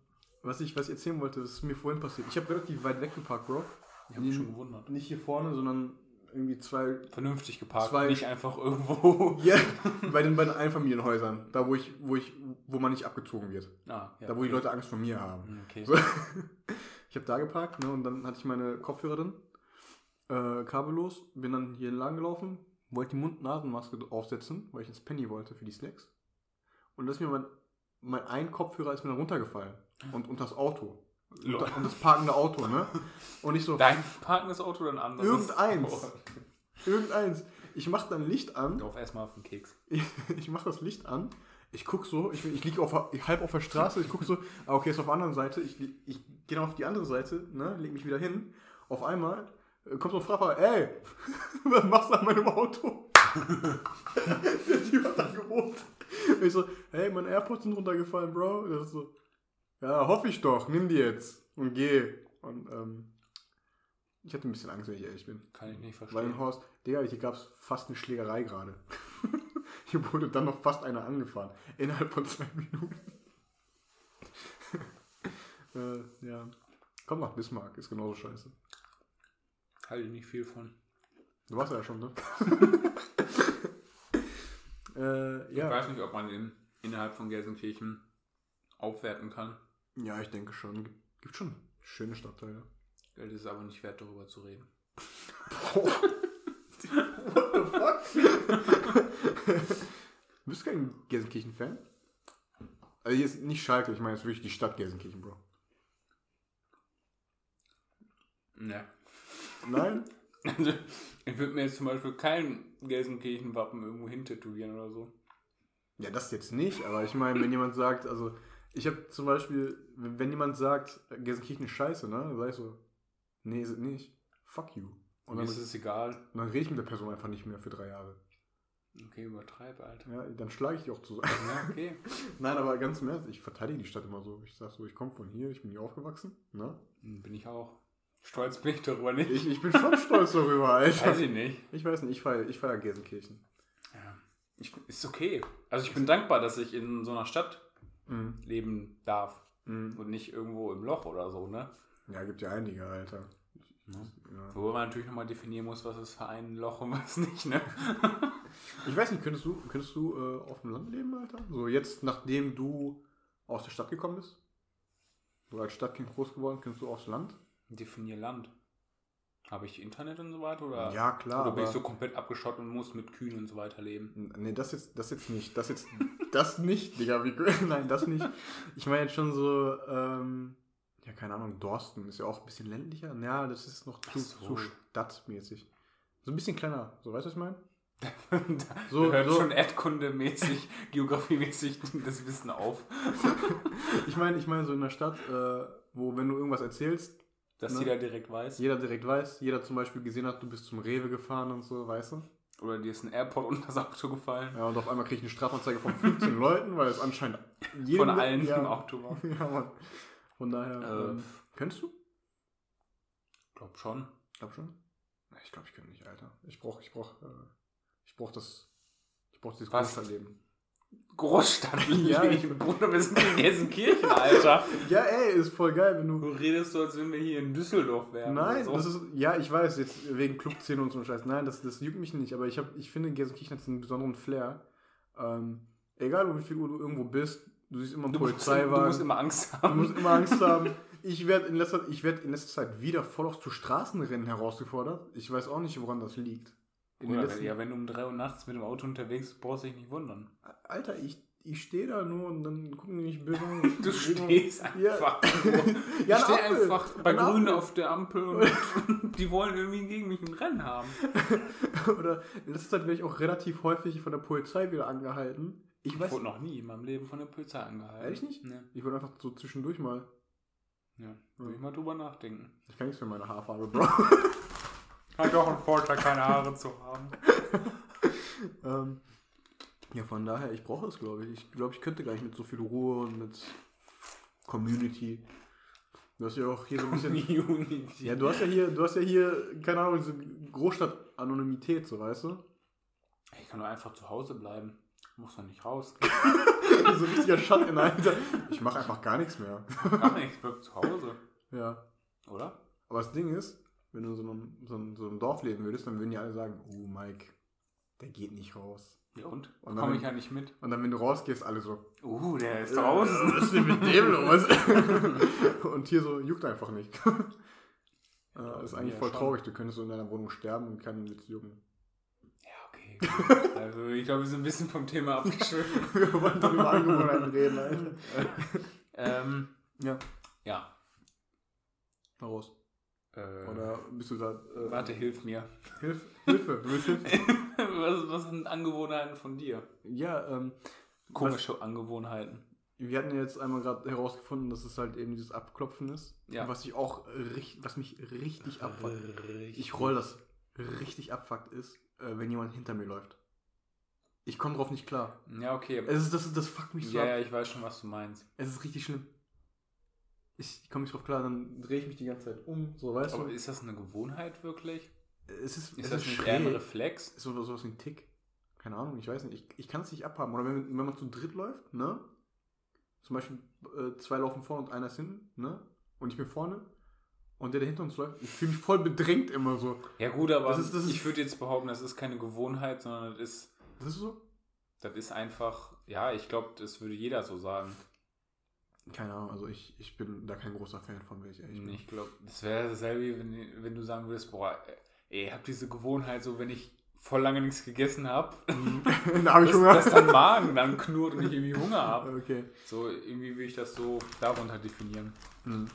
[SPEAKER 1] was, ich, was ich erzählen wollte, das ist mir vorhin passiert. Ich habe relativ weit weg geparkt, Bro.
[SPEAKER 2] Ich habe mich
[SPEAKER 1] Mhm.
[SPEAKER 2] schon gewundert.
[SPEAKER 1] Nicht hier vorne, sondern irgendwie zwei. [LAUGHS]
[SPEAKER 2] Vernünftig geparkt,
[SPEAKER 1] Zwei-
[SPEAKER 2] nicht einfach irgendwo. [LAUGHS]
[SPEAKER 1] Ja, bei den beiden Einfamilienhäusern. Da, wo ich, wo ich, wo man nicht abgezogen wird.
[SPEAKER 2] Ah, ja,
[SPEAKER 1] da, wo die Leute Angst vor mir haben. [LAUGHS]
[SPEAKER 2] Hm, Okay.
[SPEAKER 1] So. Ich habe da geparkt, ne, und dann hatte ich meine Kopfhörer drin, äh, kabellos, bin dann hier in den Laden gelaufen, wollte die Mund-Nasen-Maske aufsetzen, weil ich ins Penny wollte für die Snacks. Und das ist mir mein, mein ein Kopfhörer ist mir dann runtergefallen
[SPEAKER 2] Mhm.
[SPEAKER 1] und unter das Auto.
[SPEAKER 2] Lol.
[SPEAKER 1] Unter, und das parkende Auto, ne? Und ich so,
[SPEAKER 2] Dein parkendes Auto oder ein anderes?
[SPEAKER 1] Irgendeins.
[SPEAKER 2] Oh.
[SPEAKER 1] irgendeins. Ich mach dann Licht an,
[SPEAKER 2] Drauf erstmal auf den Keks.
[SPEAKER 1] ich, [LAUGHS] ich mach das Licht an, ich guck so, ich, ich lieg auf, der- halb auf der Straße, ich guck so, ah, okay, ist auf der anderen Seite, ich, li- ich gehe dann auf die andere Seite, ne, leg mich wieder hin, auf einmal äh, kommt so ein Frapper, ey, [LAUGHS] was machst du an meinem Auto? [LAUGHS] Der Typ hat dann gewohnt. Und ich so, hey, meine AirPods sind runtergefallen, Bro. Und er so, ja, hoffe ich doch, nimm die jetzt und geh. Und ähm, ich hatte ein bisschen Angst, wenn ich ehrlich bin.
[SPEAKER 2] Kann ich nicht
[SPEAKER 1] Weil
[SPEAKER 2] verstehen.
[SPEAKER 1] in Horst, Digga, hier gab es fast eine Schlägerei gerade. [LAUGHS] Hier wurde dann noch fast einer angefahren. Innerhalb von zwei Minuten. [LAUGHS] äh, ja. Komm nach Bismarck, ist genauso scheiße.
[SPEAKER 2] Halte ich nicht viel von.
[SPEAKER 1] Du warst ja schon, ne? [LAUGHS] äh,
[SPEAKER 2] Ich
[SPEAKER 1] ja.
[SPEAKER 2] weiß nicht, ob man den innerhalb von Gelsenkirchen aufwerten kann.
[SPEAKER 1] Ja, ich denke schon. Gibt- Gibt schon schöne Stadtteile.
[SPEAKER 2] Geld ist aber nicht wert, darüber zu reden.
[SPEAKER 1] What the fuck? Bist du kein Gelsenkirchen-Fan? Also jetzt nicht Schalke, ich meine jetzt wirklich die Stadt Gelsenkirchen, Bro.
[SPEAKER 2] Ne.
[SPEAKER 1] Nein?
[SPEAKER 2] Also, ich würde mir jetzt zum Beispiel kein Gelsenkirchen-Wappen irgendwo hintätowieren oder so.
[SPEAKER 1] Ja, das jetzt nicht, aber ich meine, wenn jemand sagt, also ich habe zum Beispiel, wenn wenn jemand sagt, Gelsenkirchen ist scheiße, ne, dann sag ich so, nee, ist es nicht. Fuck you. Und
[SPEAKER 2] Mir
[SPEAKER 1] dann,
[SPEAKER 2] ist es egal.
[SPEAKER 1] dann rede ich mit der Person einfach nicht mehr für drei Jahre.
[SPEAKER 2] Okay, übertreib, Alter.
[SPEAKER 1] Ja, dann schlage ich die auch zu. [LAUGHS]
[SPEAKER 2] Ja, okay.
[SPEAKER 1] Nein, aber ganz im Ernst, ich verteidige die Stadt immer so. Ich sag so, ich komme von hier, ich bin hier aufgewachsen, ne?
[SPEAKER 2] Bin ich auch. Stolz bin ich darüber nicht.
[SPEAKER 1] Ich, ich bin schon
[SPEAKER 2] [LAUGHS]
[SPEAKER 1] stolz darüber,
[SPEAKER 2] Weiß
[SPEAKER 1] Alter.
[SPEAKER 2] ich nicht.
[SPEAKER 1] Ich weiß nicht, ich feiere ich feier Gelsenkirchen.
[SPEAKER 2] Ja. Ich, ist okay. Also ich bin dankbar, dass ich in so einer Stadt
[SPEAKER 1] Mhm.
[SPEAKER 2] leben darf. und nicht irgendwo im Loch oder so, ne?
[SPEAKER 1] Ja, gibt ja einige, Alter.
[SPEAKER 2] Wobei man natürlich nochmal definieren muss, was ist für ein Loch und [LAUGHS] was nicht, ne?
[SPEAKER 1] Ich weiß nicht, könntest du, könntest du äh, auf dem Land leben, Alter? So jetzt, nachdem du aus der Stadt gekommen bist, so als Stadtkind groß geworden, könntest du aufs Land?
[SPEAKER 2] Definier Land. Habe ich Internet und so weiter? Oder,
[SPEAKER 1] Ja, klar,
[SPEAKER 2] Oder bin ich
[SPEAKER 1] aber-
[SPEAKER 2] so komplett abgeschottet und muss mit Kühen und so weiter leben? [LAUGHS]
[SPEAKER 1] N- Nee, das jetzt, das jetzt nicht. Das jetzt, [LAUGHS] das nicht, Digga. Wie, [LAUGHS] nein, das nicht. Ich meine jetzt schon so, ähm, ja, keine Ahnung, Dorsten ist ja auch ein bisschen ländlicher. Ja, das ist noch zu,
[SPEAKER 2] Ach so.
[SPEAKER 1] zu stadtmäßig. So ein bisschen kleiner. So, weißt du, was ich meine? So-
[SPEAKER 2] so, hört
[SPEAKER 1] so-
[SPEAKER 2] schon erdkundemäßig, [LAUGHS] geografiemäßig das Wissen auf,
[SPEAKER 1] Ich meine, ich meine so in der Stadt, äh, wo, wenn du irgendwas erzählst,
[SPEAKER 2] dass
[SPEAKER 1] Ne?
[SPEAKER 2] jeder direkt weiß.
[SPEAKER 1] jeder direkt weiß, jeder zum Beispiel gesehen hat, du bist zum Rewe gefahren und so, weißt du?
[SPEAKER 2] Oder dir ist ein Airport [LAUGHS] unter das Auto gefallen.
[SPEAKER 1] Ja, und auf einmal kriege ich eine Strafanzeige von 15
[SPEAKER 2] [LAUGHS]
[SPEAKER 1] Leuten, weil es anscheinend jedem-
[SPEAKER 2] Von allen
[SPEAKER 1] ja,
[SPEAKER 2] im Auto war.
[SPEAKER 1] [LAUGHS] Ja, Mann. Von daher,
[SPEAKER 2] Äh,
[SPEAKER 1] ähm, könntest du?
[SPEAKER 2] Glaub schon.
[SPEAKER 1] Glaub schon. Na, Ich glaube, ich könnte nicht, Alter. Ich brauche, ich brauche, äh, ich brauche das, ich brauche dieses
[SPEAKER 2] Was?
[SPEAKER 1] Großstadtleben.
[SPEAKER 2] Großstadt. [LAUGHS]
[SPEAKER 1] Ja, ich-
[SPEAKER 2] Bruder, wir sind in [LAUGHS] Gelsenkirchen, Alter.
[SPEAKER 1] Ja, ey, ist voll geil, wenn du.
[SPEAKER 2] Du redest so, als wenn wir hier in Düsseldorf wären.
[SPEAKER 1] Nein,
[SPEAKER 2] oder
[SPEAKER 1] das
[SPEAKER 2] so.
[SPEAKER 1] ist, ja, ich weiß, jetzt wegen Clubszene und so ein Scheiß. Nein, das, das juckt mich nicht, aber ich, hab, ich finde, Gelsenkirchen hat so einen besonderen Flair. Ähm, egal, um wie viel Uhr du irgendwo bist, du siehst immer einen
[SPEAKER 2] du musst,
[SPEAKER 1] Polizeiwagen.
[SPEAKER 2] du musst immer Angst
[SPEAKER 1] Du
[SPEAKER 2] haben.
[SPEAKER 1] musst immer
[SPEAKER 2] [LAUGHS]
[SPEAKER 1] Angst haben. Ich werde in, letzter- ich werd in letzter Zeit wieder voll oft zu Straßenrennen herausgefordert. Ich weiß auch nicht, woran das liegt. In den
[SPEAKER 2] Bruder,
[SPEAKER 1] letzten-
[SPEAKER 2] ja, wenn du um 3 Uhr nachts mit dem Auto unterwegs bist, brauchst du dich nicht wundern.
[SPEAKER 1] Alter, ich, ich stehe da nur und dann gucken die mich böse an.
[SPEAKER 2] [LAUGHS] Du stehst
[SPEAKER 1] Ja. [LAUGHS]
[SPEAKER 2] einfach.
[SPEAKER 1] Ja, eine
[SPEAKER 2] ich stehe
[SPEAKER 1] Ampel.
[SPEAKER 2] einfach bei
[SPEAKER 1] Eine
[SPEAKER 2] Grün
[SPEAKER 1] Ampel.
[SPEAKER 2] auf der Ampel
[SPEAKER 1] [LAUGHS]
[SPEAKER 2] und die wollen irgendwie gegen mich ein Rennen haben.
[SPEAKER 1] Oder in letzter Zeit werde ich auch relativ häufig von der Polizei wieder angehalten. Ich
[SPEAKER 2] Ich
[SPEAKER 1] weiß
[SPEAKER 2] wurde noch nie in meinem Leben von der Polizei angehalten.
[SPEAKER 1] Ehrlich nicht? Hm.
[SPEAKER 2] Nee.
[SPEAKER 1] ich wurde einfach so zwischendurch mal.
[SPEAKER 2] Ja, will ich mal drüber nachdenken.
[SPEAKER 1] Ich kann nichts für meine Haarfarbe, Bro. [LAUGHS]
[SPEAKER 2] Hat doch einen Vorteil, keine Haare zu [LAUGHS] haben.
[SPEAKER 1] ähm, ja, von daher, ich brauche es, glaube ich. Ich glaube, ich könnte gar nicht mit so viel Ruhe und mit Community. Du hast ja auch hier so ein
[SPEAKER 2] [LAUGHS]
[SPEAKER 1] bisschen.
[SPEAKER 2] Unity.
[SPEAKER 1] Ja, du hast ja hier, du hast ja hier, keine Ahnung, diese Großstadt-Anonymität, so weißt du? [LAUGHS]
[SPEAKER 2] Ich kann doch einfach zu Hause bleiben. Muss doch nicht raus.
[SPEAKER 1] so ein richtiger Schatten, Alter. Ich mache einfach gar nichts mehr.
[SPEAKER 2] Gar nichts, bleib zu Hause.
[SPEAKER 1] Ja.
[SPEAKER 2] Oder?
[SPEAKER 1] Aber das Ding ist, wenn du in so einem, so einem, so einem Dorf leben würdest, dann würden die alle sagen, oh Mike, der geht nicht raus.
[SPEAKER 2] Ja und?
[SPEAKER 1] Und
[SPEAKER 2] Komme
[SPEAKER 1] dann-
[SPEAKER 2] ich ja nicht mit.
[SPEAKER 1] Und dann, wenn du rausgehst, alle so,
[SPEAKER 2] Uh, der ist
[SPEAKER 1] "Äh, was ist denn mit dem los? [LAUGHS] und hier so, juckt einfach nicht. [LAUGHS] äh, ist eigentlich
[SPEAKER 2] Ja,
[SPEAKER 1] voll
[SPEAKER 2] schon.
[SPEAKER 1] traurig, du könntest so in deiner Wohnung sterben und keinen Witz jucken. [LAUGHS]
[SPEAKER 2] Ja, okay. gut. Also ich glaube, wir sind ein bisschen vom
[SPEAKER 1] [LAUGHS]
[SPEAKER 2] Thema abgeschwiffen.
[SPEAKER 1] Wir wollen doch über [LAUGHS] Angewohnheiten reden, Alter.
[SPEAKER 2] ähm,
[SPEAKER 1] Ja,
[SPEAKER 2] ja.
[SPEAKER 1] mal raus.
[SPEAKER 2] Äh,
[SPEAKER 1] Oder bist du da... Äh,
[SPEAKER 2] Warte, hilf mir. [LAUGHS]
[SPEAKER 1] Hilf, Hilfe, du willst Hilfe.
[SPEAKER 2] was, was sind Angewohnheiten von dir?
[SPEAKER 1] [LAUGHS] ja, ähm,
[SPEAKER 2] Komische Angewohnheiten.
[SPEAKER 1] wir hatten ja jetzt einmal gerade herausgefunden, dass es halt eben dieses Abklopfen ist.
[SPEAKER 2] Ja. Äh,
[SPEAKER 1] Was ich auch richtig, was mich richtig abfuckt.
[SPEAKER 2] Ich
[SPEAKER 1] Ich roll das richtig abfuckt ist, äh, wenn jemand hinter mir läuft. Ich komme drauf nicht klar.
[SPEAKER 2] Ja, okay.
[SPEAKER 1] Es ist, das, das fuckt mich so
[SPEAKER 2] Ja,
[SPEAKER 1] ab.
[SPEAKER 2] ja, ich weiß schon, was du meinst.
[SPEAKER 1] Es ist richtig schlimm. Ich, ich komme nicht drauf klar, dann drehe ich mich die ganze Zeit um, so weißt
[SPEAKER 2] Aber
[SPEAKER 1] du.
[SPEAKER 2] ist das eine Gewohnheit wirklich?
[SPEAKER 1] Es ist,
[SPEAKER 2] Ist
[SPEAKER 1] es
[SPEAKER 2] das
[SPEAKER 1] ist
[SPEAKER 2] nicht
[SPEAKER 1] schräg.
[SPEAKER 2] eher ein Reflex?
[SPEAKER 1] ist so sowas wie ein Tick. Keine Ahnung, ich weiß nicht. Ich, ich kann es nicht abhaben. Oder wenn, wenn man zu dritt läuft, ne? Zum Beispiel äh, zwei laufen vorne und einer ist hinten, ne? Und ich bin vorne. Und der, der hinter uns läuft, ich fühle mich voll bedrängt immer so.
[SPEAKER 2] Ja gut, aber
[SPEAKER 1] Das ist- das ist-
[SPEAKER 2] ich würde jetzt behaupten, das ist keine Gewohnheit, sondern das ist,
[SPEAKER 1] Das ist so?
[SPEAKER 2] das ist einfach, ja, ich glaube, das würde jeder so sagen.
[SPEAKER 1] Keine Ahnung, also ich, ich bin da kein großer Fan von, wenn ich ehrlich bin.
[SPEAKER 2] Ich glaube, das wäre dasselbe, wie wenn, wenn du sagen würdest, boah, ey, ich habe diese Gewohnheit, so wenn ich voll lange nichts gegessen habe,
[SPEAKER 1] [LAUGHS]
[SPEAKER 2] [LAUGHS]
[SPEAKER 1] da habe ich
[SPEAKER 2] dass,
[SPEAKER 1] Hunger.
[SPEAKER 2] dass dann Magen dann knurrt und ich irgendwie Hunger habe.
[SPEAKER 1] [LAUGHS] okay.
[SPEAKER 2] So, irgendwie würde ich das so darunter definieren. Hm.
[SPEAKER 1] Mhm.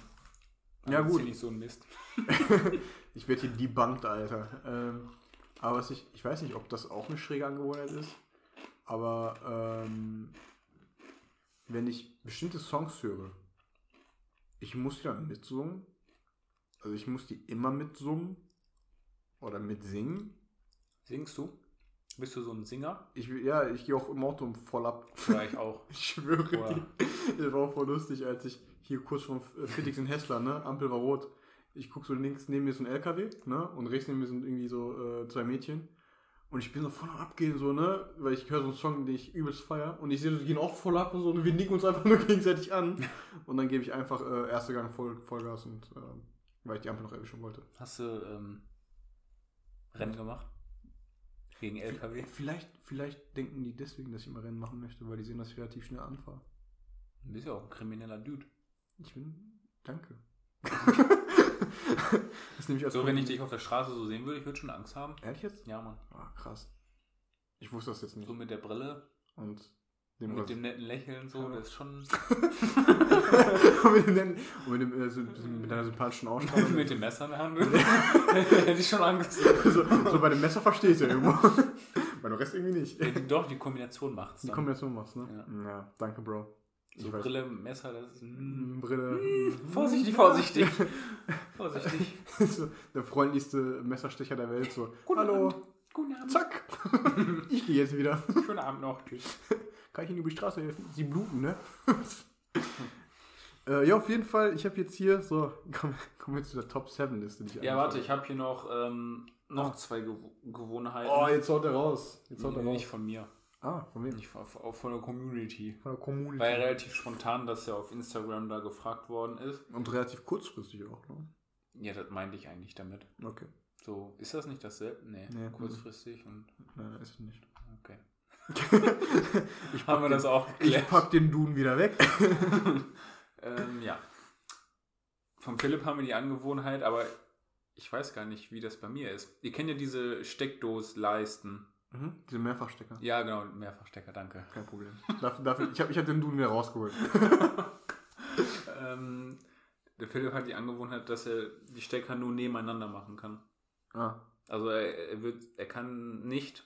[SPEAKER 2] Aber
[SPEAKER 1] Ja,
[SPEAKER 2] das ist
[SPEAKER 1] gut.
[SPEAKER 2] hier nicht so ein Mist.
[SPEAKER 1] Ich werde hier debunked, Alter. Ähm, aber was ich, ich weiß nicht, ob das auch eine schräge Angewohnheit ist, aber ähm, wenn ich bestimmte Songs höre, ich muss die dann mitsummen. Also ich muss die immer mitsummen oder mitsingen.
[SPEAKER 2] Singst du? Bist du so ein Singer?
[SPEAKER 1] Ich, ja, ich gehe auch im Auto voll ab.
[SPEAKER 2] Oder ich auch.
[SPEAKER 1] Ich schwöre
[SPEAKER 2] Boah.
[SPEAKER 1] dir. Das war auch voll lustig, als ich hier kurz vom Fittix in Hessler, ne? Ampel war rot. Ich guck so links, neben mir ist ein LKW, ne? Und rechts neben mir sind irgendwie so äh, zwei Mädchen. Und ich bin so voll am Abgehen, so, ne? Weil ich höre so einen Song, den ich übelst feier. Und ich sehe, so, die gehen auch voll ab und so. Und wir nicken uns einfach [LAUGHS] nur gegenseitig an. Und dann gebe ich einfach äh, erster Gang voll, Vollgas und ähm, weil ich die Ampel noch erwischen wollte.
[SPEAKER 2] [LAUGHS] Hast du ähm, Rennen gemacht? Gegen LKW?
[SPEAKER 1] Vielleicht, vielleicht denken die deswegen, dass ich immer Rennen machen möchte, weil die sehen, dass ich relativ schnell anfahre.
[SPEAKER 2] Du bist ja auch ein krimineller Dude.
[SPEAKER 1] Ich bin.
[SPEAKER 2] [LAUGHS]
[SPEAKER 1] Danke. das nehme ich als
[SPEAKER 2] So, wenn ich
[SPEAKER 1] Kompliment.
[SPEAKER 2] dich auf der Straße so sehen würde, ich würde schon Angst haben.
[SPEAKER 1] Ehrlich jetzt?
[SPEAKER 2] Ja, Mann.
[SPEAKER 1] Ah, krass. Ich wusste das jetzt nicht.
[SPEAKER 2] So mit der Brille,
[SPEAKER 1] Und dem
[SPEAKER 2] mit
[SPEAKER 1] Ras-
[SPEAKER 2] dem netten Lächeln, so,
[SPEAKER 1] Ja.
[SPEAKER 2] das ist
[SPEAKER 1] [LAUGHS]
[SPEAKER 2] schon.
[SPEAKER 1] und mit dem, netten- und mit, dem äh, so, so mit deiner sympathischen Ausstrahlung.
[SPEAKER 2] [LAUGHS] mit dem Messer in der Hand. [LAUGHS] Hätte ich schon Angst.
[SPEAKER 1] [LAUGHS] so, so bei dem Messer verstehst du irgendwo. [LAUGHS] bei dem Rest irgendwie nicht.
[SPEAKER 2] Ja, die- Doch, die Kombination macht's.
[SPEAKER 1] Die
[SPEAKER 2] dann.
[SPEAKER 1] Kombination machst, ne?
[SPEAKER 2] Ja.
[SPEAKER 1] Ja, danke, Bro.
[SPEAKER 2] so
[SPEAKER 1] weiß.
[SPEAKER 2] Brille, Messer, das ist.
[SPEAKER 1] Mm, Brille.
[SPEAKER 2] Vorsichtig, vorsichtig. vorsichtig.
[SPEAKER 1] [LAUGHS] so, der freundlichste Messerstecher der Welt. So,
[SPEAKER 2] Guten
[SPEAKER 1] hallo,
[SPEAKER 2] Abend. Guten Abend.
[SPEAKER 1] zack. [LAUGHS] ich gehe jetzt wieder.
[SPEAKER 2] Schönen Abend noch. Tschüss.
[SPEAKER 1] Kann ich Ihnen über die Straße helfen? Sie bluten, ne? [LAUGHS] äh, ja, auf jeden Fall. Ich habe jetzt hier, so, [LAUGHS] kommen komm wir zu der Top 7 Liste. die ich
[SPEAKER 2] Ja, warte,
[SPEAKER 1] angefangen
[SPEAKER 2] ich habe hier noch, ähm, noch zwei Gew Gewohnheiten.
[SPEAKER 1] habe. Ah. Oh, jetzt haut er raus. Jetzt haut er
[SPEAKER 2] nee,
[SPEAKER 1] raus.
[SPEAKER 2] nicht von mir.
[SPEAKER 1] Ah, von wem?
[SPEAKER 2] Nicht von, von von der Community.
[SPEAKER 1] Von der Community.
[SPEAKER 2] War ja relativ spontan, dass er auf Instagram da gefragt worden ist.
[SPEAKER 1] Und relativ kurzfristig auch, ne?
[SPEAKER 2] Ja, das meinte ich eigentlich damit.
[SPEAKER 1] Okay.
[SPEAKER 2] So, ist das nicht dasselbe? Nee,
[SPEAKER 1] Nee.
[SPEAKER 2] kurzfristig und
[SPEAKER 1] Nein, nein, ist es nicht.
[SPEAKER 2] okay.
[SPEAKER 1] Ich
[SPEAKER 2] Haben wir das auch
[SPEAKER 1] [LAUGHS] Ich
[SPEAKER 2] geklärt?
[SPEAKER 1] pack den Duden wieder weg.
[SPEAKER 2] ähm, ja. Von Philipp haben wir die Angewohnheit, aber ich weiß gar nicht, wie das bei mir ist. Ihr kennt ja diese Steckdosleisten.
[SPEAKER 1] Mhm. Diese Mehrfachstecker.
[SPEAKER 2] Ja, genau, Mehrfachstecker, danke.
[SPEAKER 1] Kein Problem. Dafür, dafür, ich habe ich hab den Duden wieder rausgeholt.
[SPEAKER 2] Ähm, der Philipp hat die Angewohnheit, dass er die Stecker nur nebeneinander machen kann.
[SPEAKER 1] Ah.
[SPEAKER 2] Also er, er, wird, er kann nicht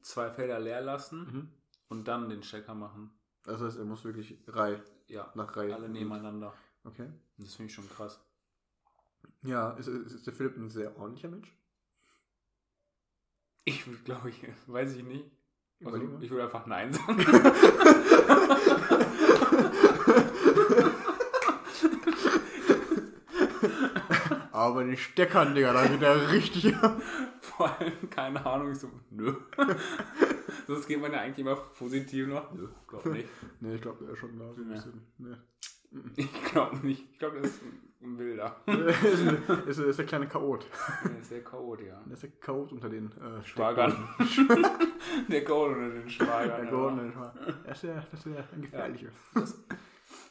[SPEAKER 2] zwei Felder leer lassen
[SPEAKER 1] Mhm.
[SPEAKER 2] und dann den Stecker machen.
[SPEAKER 1] Das heißt, er muss wirklich Reihe
[SPEAKER 2] Ja,
[SPEAKER 1] nach Reihe.
[SPEAKER 2] alle nebeneinander.
[SPEAKER 1] Okay.
[SPEAKER 2] Und Das finde ich schon krass.
[SPEAKER 1] Ja, ist, ist, ist der Philipp ein sehr ordentlicher Mensch?
[SPEAKER 2] Ich würde, glaube ich, [LAUGHS] weiß ich nicht. Also,
[SPEAKER 1] Überleg mal.
[SPEAKER 2] ich würde einfach Nein [LAUGHS] sagen.
[SPEAKER 1] [LAUGHS] Aber den Steckern, Digga, da geht er richtig [LAUGHS] ab.
[SPEAKER 2] Vor allem, keine Ahnung, ich so, nö. Sonst geht man ja eigentlich immer positiv noch. Nö, glaube nicht.
[SPEAKER 1] Nee, ich glaube, er ist schon da. so ein
[SPEAKER 2] Ja.
[SPEAKER 1] bisschen. Nee. [LAUGHS]
[SPEAKER 2] Ich glaube nicht. Ich glaube, das ist ein Bilder.
[SPEAKER 1] ist, ein- ist, ist der kleine Chaot.
[SPEAKER 2] Der ist sehr chaot, ja.
[SPEAKER 1] Der ist der Chaot unter den äh,
[SPEAKER 2] Schwagern. [LAUGHS] Der Gold oder den Schwager.
[SPEAKER 1] Der
[SPEAKER 2] ja.
[SPEAKER 1] Goldene. Schwager. Das ist der, das ist der gefährliche.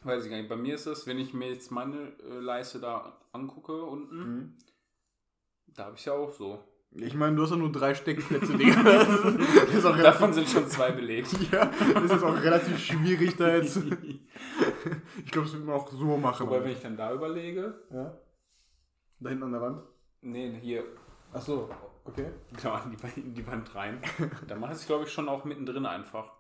[SPEAKER 2] Weiß ich gar nicht. Bei mir ist es, wenn ich mir jetzt meine äh, Leiste da angucke unten,
[SPEAKER 1] Mhm.
[SPEAKER 2] da habe ich ja auch so.
[SPEAKER 1] Ich meine, du hast ja nur drei Steckplätze, Digga. [LAUGHS] Das ist auch
[SPEAKER 2] Davon sind schon zwei [LAUGHS] belegt.
[SPEAKER 1] relativ, [LAUGHS] ja, das ist auch relativ schwierig da
[SPEAKER 2] [LAUGHS]
[SPEAKER 1] jetzt. Ich glaube, das wird man auch so machen.
[SPEAKER 2] Wobei, wenn ich dann da überlege,
[SPEAKER 1] ja. Da hinten an der Wand.
[SPEAKER 2] nee, hier,
[SPEAKER 1] Ach so, okay.
[SPEAKER 2] genau, an die, Wand- in die Wand rein, dann mache ich es, glaube ich, schon auch mittendrin einfach.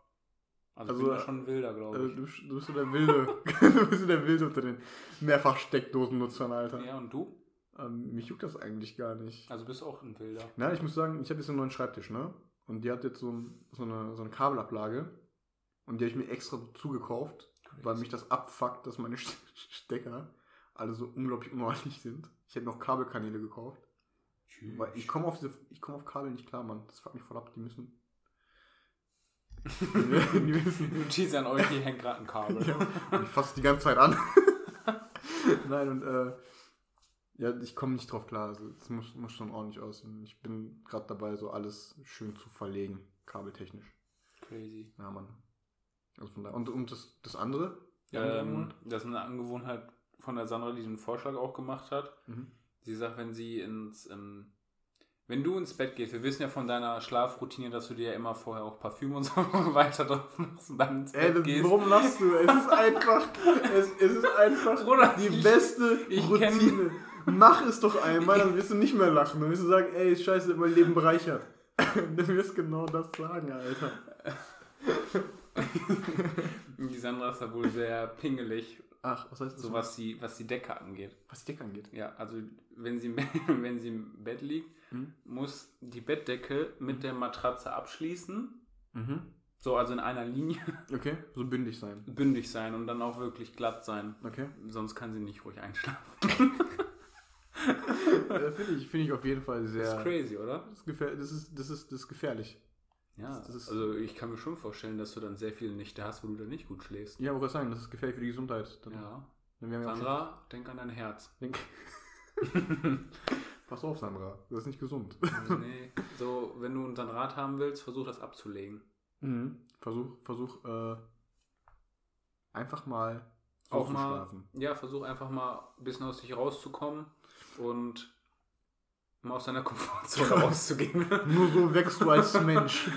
[SPEAKER 2] Also, ich
[SPEAKER 1] Also,
[SPEAKER 2] bin da
[SPEAKER 1] äh,
[SPEAKER 2] schon wilder,
[SPEAKER 1] Also,
[SPEAKER 2] glaube ich.
[SPEAKER 1] du, bist- du bist so der Wilde. [LAUGHS] du bist so der Wilde unter den Mehrfachsteckdosennutzern, Alter.
[SPEAKER 2] ja, und du?
[SPEAKER 1] Ähm, mich juckt das eigentlich gar nicht.
[SPEAKER 2] Also bist auch ein Wilder.
[SPEAKER 1] Na, ich muss sagen, ich habe jetzt einen neuen Schreibtisch, ne? Und die hat jetzt so, ein, so, eine, so eine Kabelablage. Und die habe ich mir extra zugekauft, weil mich das abfuckt, dass meine [LAUGHS] Ste- Stecker alle so unglaublich unordentlich sind. Ich hätte noch Kabelkanäle gekauft. Weil
[SPEAKER 2] [LAUGHS]
[SPEAKER 1] ich komme auf, diese- ich komm auf Kabel nicht klar, Mann. Das fuckt mich voll ab. Die müssen. [LAUGHS] die müssen.
[SPEAKER 2] Notiz an euch, hier hängt gerade ein Kabel.
[SPEAKER 1] Ja, und ich fasse die ganze Zeit an. [LAUGHS] Nein, und äh, ja, ich komme nicht drauf klar. Also, es muss, muss schon ordentlich aussehen. Ich bin gerade dabei, so alles schön zu verlegen, kabeltechnisch.
[SPEAKER 2] Crazy.
[SPEAKER 1] Ja, Mann. Also von da. Und, und das, das andere? Die andere
[SPEAKER 2] Ähm,
[SPEAKER 1] Angewohnheit?
[SPEAKER 2] das ist eine Angewohnheit von der Sandra, die den Vorschlag auch gemacht hat.
[SPEAKER 1] Mhm.
[SPEAKER 2] Sie sagt, wenn sie ins, ähm, wenn du ins Bett gehst, wir wissen ja von deiner Schlafroutine, dass du dir ja immer vorher auch Parfüm und so [LAUGHS] weiter drauf machst und dann ins
[SPEAKER 1] Ey,
[SPEAKER 2] Bett
[SPEAKER 1] das,
[SPEAKER 2] gehst.
[SPEAKER 1] warum lachst du? Es ist einfach, es, es ist einfach
[SPEAKER 2] Bruder,
[SPEAKER 1] die
[SPEAKER 2] ich-
[SPEAKER 1] beste
[SPEAKER 2] ich kenn-
[SPEAKER 1] Routine. Mach es doch einmal, dann wirst du nicht mehr lachen. Dann wirst du sagen, ey, scheiße, mein Leben bereichert. [LAUGHS] dann wirst du genau das sagen, Alter.
[SPEAKER 2] Die Sandra ist da wohl sehr pingelig,
[SPEAKER 1] Ach, was heißt das?
[SPEAKER 2] so was die, was die Decke angeht.
[SPEAKER 1] was die Decke angeht.
[SPEAKER 2] Ja, also wenn sie, [LAUGHS] im Bett- wenn sie im Bett liegt,
[SPEAKER 1] Mhm.
[SPEAKER 2] muss die Bettdecke mit der Matratze abschließen.
[SPEAKER 1] Mhm.
[SPEAKER 2] So, also in einer Linie [LAUGHS]
[SPEAKER 1] Okay, so bündig sein.
[SPEAKER 2] bündig sein und dann auch wirklich glatt sein.
[SPEAKER 1] Okay.
[SPEAKER 2] Sonst kann sie nicht ruhig einschlafen.
[SPEAKER 1] Äh, Finde ich, finde ich auf jeden Fall sehr.
[SPEAKER 2] Das ist crazy, oder?
[SPEAKER 1] Das, ist gefähr, das, ist, das, ist, das ist gefährlich.
[SPEAKER 2] Ja.
[SPEAKER 1] Das- das ist-
[SPEAKER 2] also ich kann mir schon vorstellen, dass du dann sehr viele Nächte hast, wo du dann nicht gut schläfst.
[SPEAKER 1] Ja, aber was sagen, das ist gefährlich für die Gesundheit. Dann,
[SPEAKER 2] Ja.
[SPEAKER 1] dann werden wir auch
[SPEAKER 2] Sandra, denk an
[SPEAKER 1] [LAUGHS]
[SPEAKER 2] dein Herz.
[SPEAKER 1] schon- Denk-
[SPEAKER 2] [LAUGHS]
[SPEAKER 1] Pass auf, Sandra. Das ist nicht gesund.
[SPEAKER 2] nee. So, wenn du unseren Rat haben willst, versuch das abzulegen.
[SPEAKER 1] Mhm. Versuch, versuch äh, einfach mal
[SPEAKER 2] Auch mal,
[SPEAKER 1] auszuschlafen.
[SPEAKER 2] ja, versuch einfach mal ein bisschen aus dich rauszukommen und mal aus deiner [LAUGHS] Komfortzone rauszugehen. [LAUGHS]
[SPEAKER 1] Nur so wächst du als [LAUGHS] Mensch.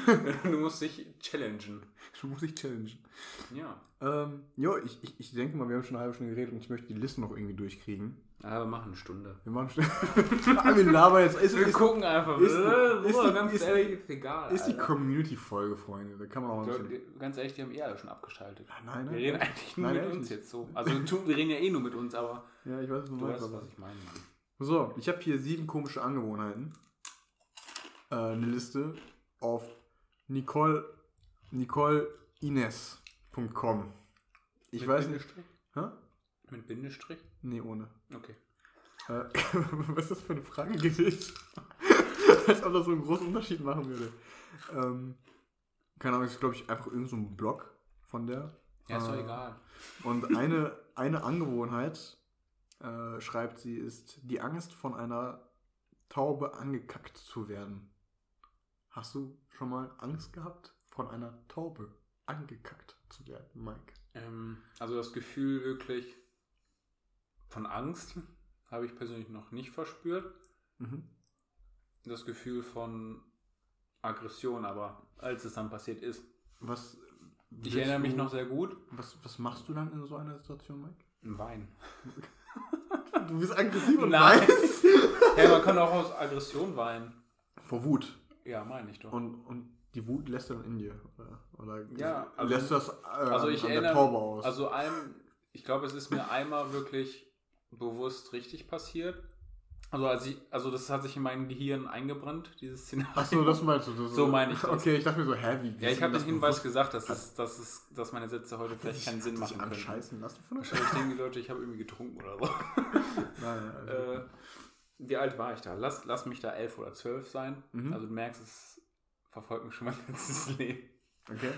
[SPEAKER 2] du musst dich challengen.
[SPEAKER 1] Schon muss ich challengen.
[SPEAKER 2] Ja.
[SPEAKER 1] Ähm, jo, ich, ich, ich denke mal, wir haben schon eine halbe Stunde geredet und ich möchte die Liste noch irgendwie durchkriegen.
[SPEAKER 2] Aber Ah, wir machen eine Stunde.
[SPEAKER 1] Wir machen schnell. [LAUGHS] Ah, wir labern jetzt. Ist,
[SPEAKER 2] Wir
[SPEAKER 1] ist,
[SPEAKER 2] gucken einfach.
[SPEAKER 1] ist-
[SPEAKER 2] Äh,
[SPEAKER 1] ist
[SPEAKER 2] Bruder,
[SPEAKER 1] die-
[SPEAKER 2] ganz
[SPEAKER 1] ist die-
[SPEAKER 2] ehrlich, ist egal.
[SPEAKER 1] ist die
[SPEAKER 2] Alter.
[SPEAKER 1] Community-Folge, Freunde. Da kann man auch ein bisschen.
[SPEAKER 2] Die- Ganz ehrlich, die haben eh alle schon abgeschaltet.
[SPEAKER 1] Ah, Nein,
[SPEAKER 2] Wir reden eigentlich nur
[SPEAKER 1] Nein,
[SPEAKER 2] mit
[SPEAKER 1] ehrlich
[SPEAKER 2] uns
[SPEAKER 1] nicht.
[SPEAKER 2] jetzt so. Also tu, wir reden ja eh nur mit uns, aber
[SPEAKER 1] Ja, ich weiß, was du,
[SPEAKER 2] du
[SPEAKER 1] meinst.
[SPEAKER 2] weißt,
[SPEAKER 1] aber-
[SPEAKER 2] was ich meine. Mann.
[SPEAKER 1] So, ich habe hier sieben komische Angewohnheiten. Äh, eine Liste auf Nicole, NicoleInes.com. Ich
[SPEAKER 2] Mit
[SPEAKER 1] weiß nicht.
[SPEAKER 2] Bindestrich?
[SPEAKER 1] Hä?
[SPEAKER 2] Mit Bindestrich?
[SPEAKER 1] Nee, ohne.
[SPEAKER 2] Okay.
[SPEAKER 1] Äh, [LAUGHS] was ist das für eine Frage gewesen? [LAUGHS] Als ob das so einen großen Unterschied machen würde. Ähm, keine Ahnung, das ist glaube ich einfach irgendein so ein Blog von der.
[SPEAKER 2] Ja, ist doch
[SPEAKER 1] Äh,
[SPEAKER 2] egal.
[SPEAKER 1] Und
[SPEAKER 2] [LAUGHS]
[SPEAKER 1] eine, eine Angewohnheit, äh, schreibt sie, ist die Angst, von einer Taube angekackt zu werden. Hast du schon mal Angst gehabt, von einer Taube angekackt zu werden, Mike?
[SPEAKER 2] Ähm, also das Gefühl wirklich von Angst habe ich persönlich noch nicht verspürt.
[SPEAKER 1] Mhm.
[SPEAKER 2] Das Gefühl von Aggression aber, als es dann passiert ist.
[SPEAKER 1] Was,
[SPEAKER 2] Ich
[SPEAKER 1] willst
[SPEAKER 2] erinnere mich
[SPEAKER 1] du-
[SPEAKER 2] noch sehr gut.
[SPEAKER 1] Was, was machst du dann in so einer Situation, Mike?
[SPEAKER 2] Ein
[SPEAKER 1] [LAUGHS]
[SPEAKER 2] Wein.
[SPEAKER 1] Du bist aggressiv und
[SPEAKER 2] Nein.
[SPEAKER 1] weißt.
[SPEAKER 2] [LAUGHS] Ja, man kann auch aus Aggression weinen.
[SPEAKER 1] Vor Wut.
[SPEAKER 2] Ja, meine ich doch.
[SPEAKER 1] Und, und die Wut lässt du dann in dir. Oder, oder
[SPEAKER 2] Ja, also-
[SPEAKER 1] lässt du das äh,
[SPEAKER 2] also ich
[SPEAKER 1] an
[SPEAKER 2] erinnere,
[SPEAKER 1] der Taube aus.
[SPEAKER 2] also einem, ich glaube, es ist mir einmal wirklich bewusst richtig passiert. Also, als ich, also das hat sich in mein Gehirn eingebrannt, dieses Szenario.
[SPEAKER 1] Achso, das meinst du.
[SPEAKER 2] [LAUGHS]
[SPEAKER 1] Das
[SPEAKER 2] So meine ich das.
[SPEAKER 1] Okay, ich dachte mir so, hä, wie
[SPEAKER 2] ja, ich habe den Hinweis gesagt, dass,
[SPEAKER 1] hat-
[SPEAKER 2] es, dass, es, dass meine Sätze heute vielleicht keinen Sinn machen können.
[SPEAKER 1] Scheißen lassen von der Scheiße.
[SPEAKER 2] Wahrscheinlich denken die Leute, ich habe irgendwie getrunken oder [LAUGHS] so.
[SPEAKER 1] Nein, nein, also,
[SPEAKER 2] Äh, wie alt war ich da? Lass, lass mich da elf oder zwölf sein.
[SPEAKER 1] Mhm.
[SPEAKER 2] Also du merkst, es verfolgt mich schon mein [LAUGHS] ganzes Leben.
[SPEAKER 1] okay.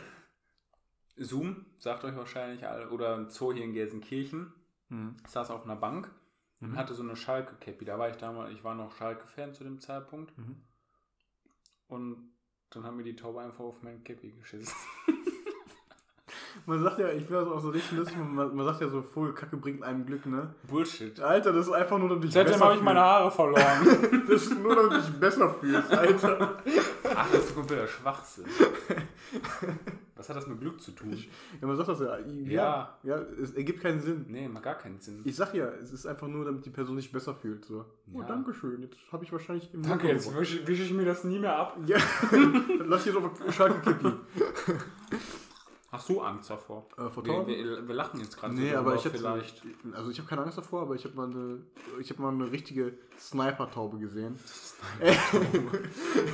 [SPEAKER 2] Zoom, sagt euch wahrscheinlich, alle, oder ein Zoo hier in Gelsenkirchen.
[SPEAKER 1] Mhm.
[SPEAKER 2] Ich saß auf einer Bank und
[SPEAKER 1] Mhm.
[SPEAKER 2] hatte so eine Schalke-Cappy. Da war ich damals, ich war noch Schalke-Fan zu dem Zeitpunkt.
[SPEAKER 1] Mhm.
[SPEAKER 2] Und dann haben mir die Taube einfach auf mein Cappy [LAUGHS] geschissen.
[SPEAKER 1] Man sagt ja, ich finde das auch so richtig lustig, man, man sagt ja so, Vogelkacke bringt einem Glück, ne?
[SPEAKER 2] Bullshit.
[SPEAKER 1] Alter, das ist einfach nur, damit du dich
[SPEAKER 2] Seitdem habe ich
[SPEAKER 1] fühlst.
[SPEAKER 2] meine Haare verloren.
[SPEAKER 1] Das ist nur, damit du dich besser fühlst, Alter.
[SPEAKER 2] [LAUGHS] Ach, das ist kompletter [LAUGHS] Schwachsinn. Was hat das mit Glück zu tun?
[SPEAKER 1] Ja, man sagt das ja. Ja. Ja, es ergibt keinen Sinn.
[SPEAKER 2] Nee, macht gar keinen Sinn.
[SPEAKER 1] Ich sag ja, es ist einfach nur, damit die Person sich besser fühlt, so. Oh,
[SPEAKER 2] Ja.
[SPEAKER 1] danke schön, jetzt habe ich wahrscheinlich... Im
[SPEAKER 2] Danke,
[SPEAKER 1] Lotto
[SPEAKER 2] jetzt wische wisch ich mir das nie mehr ab.
[SPEAKER 1] gewonnen. Ja, dann lass jetzt auf Schalke-Kippi.
[SPEAKER 2] Hast du Angst davor?
[SPEAKER 1] Äh, vor
[SPEAKER 2] Wir,
[SPEAKER 1] Tauben?
[SPEAKER 2] wir, wir lachen jetzt gerade
[SPEAKER 1] Nee, aber
[SPEAKER 2] drüber,
[SPEAKER 1] ich hätte [LAUGHS]
[SPEAKER 2] vielleicht.
[SPEAKER 1] Also ich habe keine Angst davor, aber ich habe mal eine, ich habe mal eine richtige Sniper-Taube gesehen.
[SPEAKER 2] [LAUGHS]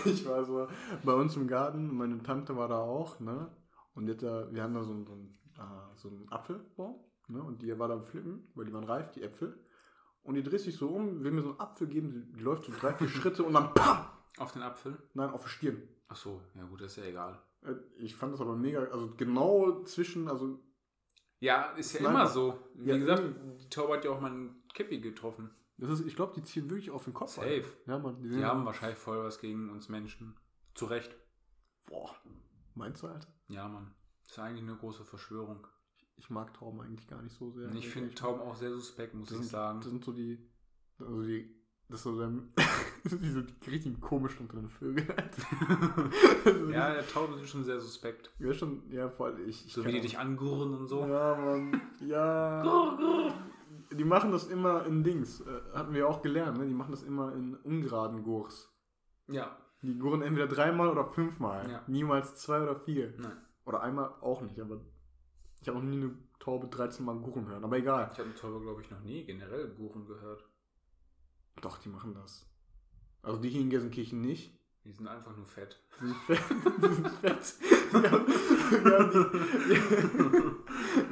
[SPEAKER 1] ich war so bei uns im Garten, meine Tante war da auch, ne? Und die hat da, wir haben da so einen, so einen, äh, so einen Apfelbaum, ne? Und die war da am Pflücken, weil die waren reif, die Äpfel. Und die dreht sich so um, will mir so einen Apfel geben, die läuft so drei, vier Schritte und dann PAM!
[SPEAKER 2] Auf den Apfel?
[SPEAKER 1] Nein, auf die Stirn.
[SPEAKER 2] Ach so, ja gut, das ist ja egal.
[SPEAKER 1] Äh, Ich fand das aber mega, also genau zwischen, also
[SPEAKER 2] Ja, ist ja
[SPEAKER 1] Sniper.
[SPEAKER 2] immer so. Wie
[SPEAKER 1] Ja,
[SPEAKER 2] gesagt, die Taube hat ja auch mal einen Kippi getroffen.
[SPEAKER 1] das ist, ich glaube, die ziehen wirklich auf den Kopf.
[SPEAKER 2] Safe.
[SPEAKER 1] Alter. Ja, man,
[SPEAKER 2] Die haben wahrscheinlich voll was gegen uns Menschen. Zu Recht.
[SPEAKER 1] Boah. Meinst du, Alter?
[SPEAKER 2] Ja, Mann. Ist ja eigentlich eine große Verschwörung.
[SPEAKER 1] Ich mag Tauben eigentlich gar nicht so sehr.
[SPEAKER 2] Und ich finde Tauben auch sehr suspekt, muss
[SPEAKER 1] das
[SPEAKER 2] ich
[SPEAKER 1] sind, Das
[SPEAKER 2] sagen.
[SPEAKER 1] sind so die. Also die. Das ist so der, [LAUGHS] die so die richtig komisch unter den Vögeln.
[SPEAKER 2] Ja, ja, Tauben sind schon sehr suspekt.
[SPEAKER 1] ja, schon. Ja, vor allem ich. ich
[SPEAKER 2] So wie
[SPEAKER 1] kann
[SPEAKER 2] die
[SPEAKER 1] auch-
[SPEAKER 2] dich angurren und so.
[SPEAKER 1] Ja, Mann. Ja. die machen das immer in Dings. Äh, hatten wir auch gelernt, ne? Die machen das immer in ungeraden Gurs.
[SPEAKER 2] Ja.
[SPEAKER 1] Die gurren entweder dreimal oder fünfmal.
[SPEAKER 2] Ja.
[SPEAKER 1] Niemals zwei oder vier.
[SPEAKER 2] Nein.
[SPEAKER 1] Oder einmal auch nicht, aber ich habe noch nie eine Taube 13 Mal gurren hören. Aber egal.
[SPEAKER 2] Ich habe eine Taube, glaube ich, noch nie generell Guren gehört.
[SPEAKER 1] Doch, die machen das. Also die hier in Gelsenkirchen nicht.
[SPEAKER 2] Die sind einfach nur fett.
[SPEAKER 1] Die sind fett. [LAUGHS] Die sind fett. Wir haben, wir haben, die,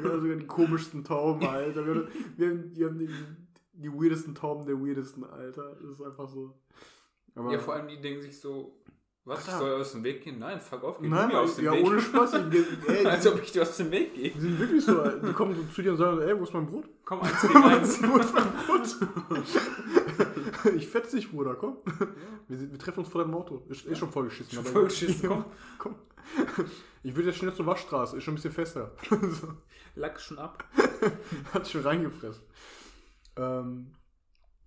[SPEAKER 1] wir haben sogar die komischsten Tauben, Alter. Wir haben, wir haben, die, haben die, die weirdesten Tauben der weirdesten, Alter. Das ist einfach so. Aber
[SPEAKER 2] Ja, vor allem die denken sich so, was, ich
[SPEAKER 1] Alter.
[SPEAKER 2] soll aus dem Weg gehen? Nein, fuck off, geh
[SPEAKER 1] Nein,
[SPEAKER 2] du mir aus
[SPEAKER 1] Mann, ja,
[SPEAKER 2] dem Weg. [LAUGHS] Also-
[SPEAKER 1] ohne Spaß. Die, die- ey,
[SPEAKER 2] Als ob ich dir aus dem Weg gehe.
[SPEAKER 1] die sind wirklich so. Die kommen so zu dir und sagen, ey, wo ist mein Brot?
[SPEAKER 2] Komm,
[SPEAKER 1] [LAUGHS]
[SPEAKER 2] eins gegen eins.
[SPEAKER 1] Wo ist mein Brot? [LAUGHS] ich fetz dich, Bruder, komm. Wir, sind, wir treffen uns vor deinem Auto. Ist eh schon vollgeschissen. aber
[SPEAKER 2] Vollgeschissen, komm.
[SPEAKER 1] komm. Ich will jetzt schnell zur Waschstraße, ist schon ein bisschen fester. [LAUGHS] so.
[SPEAKER 2] Lack schon ab.
[SPEAKER 1] Hat schon reingefressen. Ähm,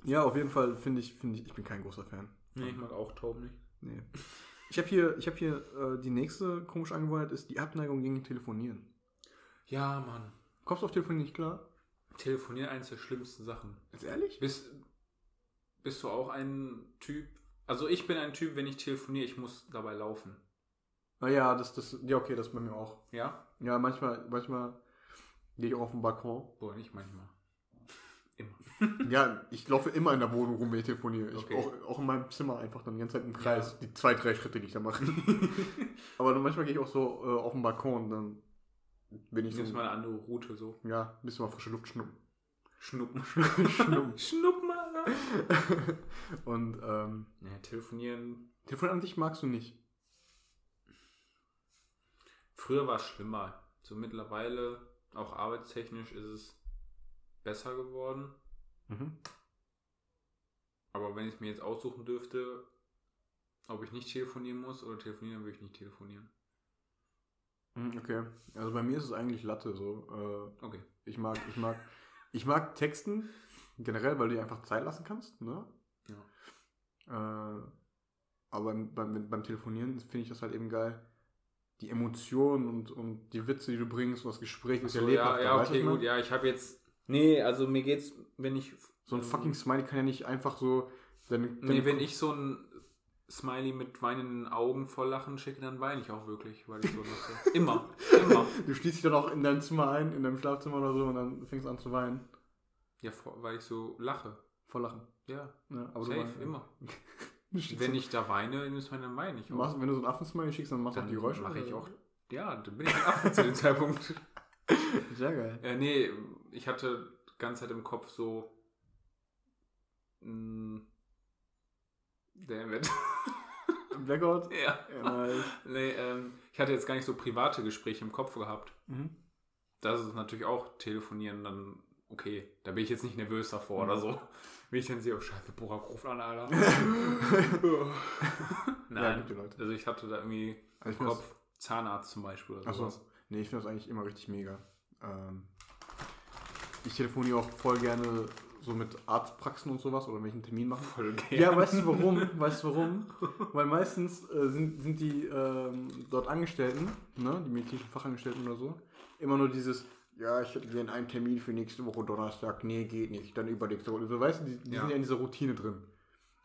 [SPEAKER 1] ja, auf jeden Fall finde ich, finde ich, ich bin kein großer Fan.
[SPEAKER 2] Nee, ich mag auch Tauben nicht.
[SPEAKER 1] Nee. Ich habe hier, ich hab hier äh, die nächste komische Angewohnheit ist die Abneigung gegen Telefonieren.
[SPEAKER 2] Ja, Mann.
[SPEAKER 1] Kommst du auf Telefonieren nicht klar?
[SPEAKER 2] Telefonieren eines der schlimmsten Sachen.
[SPEAKER 1] Ist ehrlich?
[SPEAKER 2] Bist, bist du auch ein Typ? Also ich bin ein Typ, wenn ich telefoniere, ich muss dabei laufen.
[SPEAKER 1] Naja, das, das, ja, okay, das bei mir auch.
[SPEAKER 2] Ja?
[SPEAKER 1] Ja, manchmal, manchmal gehe ich auch auf den Balkon.
[SPEAKER 2] Boah, nicht manchmal. Immer.
[SPEAKER 1] ja, ich laufe immer in der Wohnung rum, wenn ich telefoniere. Ich,
[SPEAKER 2] Okay.
[SPEAKER 1] auch, auch in meinem Zimmer einfach dann die ganze Zeit im Kreis. Die zwei, drei Schritte, die ich da mache. Aber dann manchmal gehe ich auch so äh, auf den Balkon und dann bin ich
[SPEAKER 2] Ich nehme
[SPEAKER 1] so.
[SPEAKER 2] mal eine andere Route so.
[SPEAKER 1] Ja, ein bisschen mal frische Luft [LAUGHS] schnuppen. [LAUGHS]
[SPEAKER 2] Schnuppen. [LAUGHS]
[SPEAKER 1] schnuppen.
[SPEAKER 2] Schnuppen, Alter.
[SPEAKER 1] Und ähm,
[SPEAKER 2] Ja, telefonieren.
[SPEAKER 1] Telefon an sich magst du nicht.
[SPEAKER 2] Früher war es schlimmer. So mittlerweile, auch arbeitstechnisch, ist es besser geworden. Aber wenn ich mir jetzt aussuchen dürfte, ob ich nicht telefonieren muss oder telefonieren, würde ich nicht telefonieren.
[SPEAKER 1] Mhm, Okay. Also bei mir ist es eigentlich Latte so.
[SPEAKER 2] Okay.
[SPEAKER 1] Äh, ich mag, ich mag, ich mag Texten generell, weil du dir einfach Zeit lassen kannst, ne? Ja. Äh, aber beim, beim, beim Telefonieren finde ich das halt eben geil. Die Emotionen und, und die Witze, die du bringst und das Gespräch ist ja
[SPEAKER 2] So, ja,
[SPEAKER 1] lebhafter.
[SPEAKER 2] ja,
[SPEAKER 1] weißt du, was
[SPEAKER 2] okay,
[SPEAKER 1] ich meine?
[SPEAKER 2] gut. Ja, ich habe jetzt. Nee, also mir geht's, wenn ich.
[SPEAKER 1] So ein fucking Smiley kann ja nicht einfach so. Deine,
[SPEAKER 2] Mhm. Nee,
[SPEAKER 1] deine-
[SPEAKER 2] wenn ich so ein Smiley mit weinenden Augen voll Lachen schicke, dann weine ich auch wirklich, weil ich so
[SPEAKER 1] [LAUGHS]
[SPEAKER 2] lache. Immer. Immer.
[SPEAKER 1] [LAUGHS] Du schließt dich dann auch in dein Zimmer ein, in deinem Schlafzimmer oder so und dann fängst du an zu weinen.
[SPEAKER 2] Ja, vor- weil ich so lache.
[SPEAKER 1] Vor Lachen.
[SPEAKER 2] Ja,
[SPEAKER 1] Ja, aber du
[SPEAKER 2] safe,
[SPEAKER 1] weinst-
[SPEAKER 2] immer.
[SPEAKER 1] Du schickst
[SPEAKER 2] Wenn
[SPEAKER 1] so-
[SPEAKER 2] ich da weine, dann ist man- dann weine ich
[SPEAKER 1] Du
[SPEAKER 2] auch.
[SPEAKER 1] machst, wenn du so einen Affensmiley schickst, dann machst du auch
[SPEAKER 2] dann
[SPEAKER 1] die Geräusche.
[SPEAKER 2] mache ich auch. Ja, dann bin ich ein Affe zu dem Zeitpunkt.
[SPEAKER 1] [LAUGHS] Sehr geil.
[SPEAKER 2] Äh, nee, ich hatte die ganze Zeit im Kopf so. Mh, damn it. [LAUGHS]
[SPEAKER 1] Blackout.
[SPEAKER 2] ja.
[SPEAKER 1] Ja, nice.
[SPEAKER 2] Nee, ähm, ich hatte jetzt gar nicht so private Gespräche im Kopf gehabt.
[SPEAKER 1] mhm.
[SPEAKER 2] Das ist natürlich auch telefonieren, dann okay, da bin ich jetzt nicht nervös davor
[SPEAKER 1] Mhm.
[SPEAKER 2] oder so. Wenn ich dann sehe, oh scheiße, Bora ruft an,
[SPEAKER 1] [LAUGHS]
[SPEAKER 2] Alter. Oh.
[SPEAKER 1] Ja,
[SPEAKER 2] Nein,
[SPEAKER 1] gibt die Leute.
[SPEAKER 2] also ich hatte da irgendwie
[SPEAKER 1] Also ich
[SPEAKER 2] im
[SPEAKER 1] find das-
[SPEAKER 2] Kopf Zahnarzt zum Beispiel oder
[SPEAKER 1] Achso.
[SPEAKER 2] sowas.
[SPEAKER 1] Nee, ich finde das eigentlich immer richtig mega. Ähm, ich telefoniere auch voll gerne so mit Arztpraxen und sowas oder wenn ich einen Termin mache.
[SPEAKER 2] Voll okay.
[SPEAKER 1] Ja, weißt du
[SPEAKER 2] [LAUGHS]
[SPEAKER 1] warum? Weißt du warum? Weil meistens äh, sind, sind die ähm, dort Angestellten, ne, die medizinischen Fachangestellten oder so, immer nur dieses, ja, ich hätte gerne einen Termin für nächste Woche Donnerstag, nee, geht nicht, dann übernächste Woche. Also, weißt du, die, die
[SPEAKER 2] Ja.
[SPEAKER 1] sind ja in dieser Routine drin.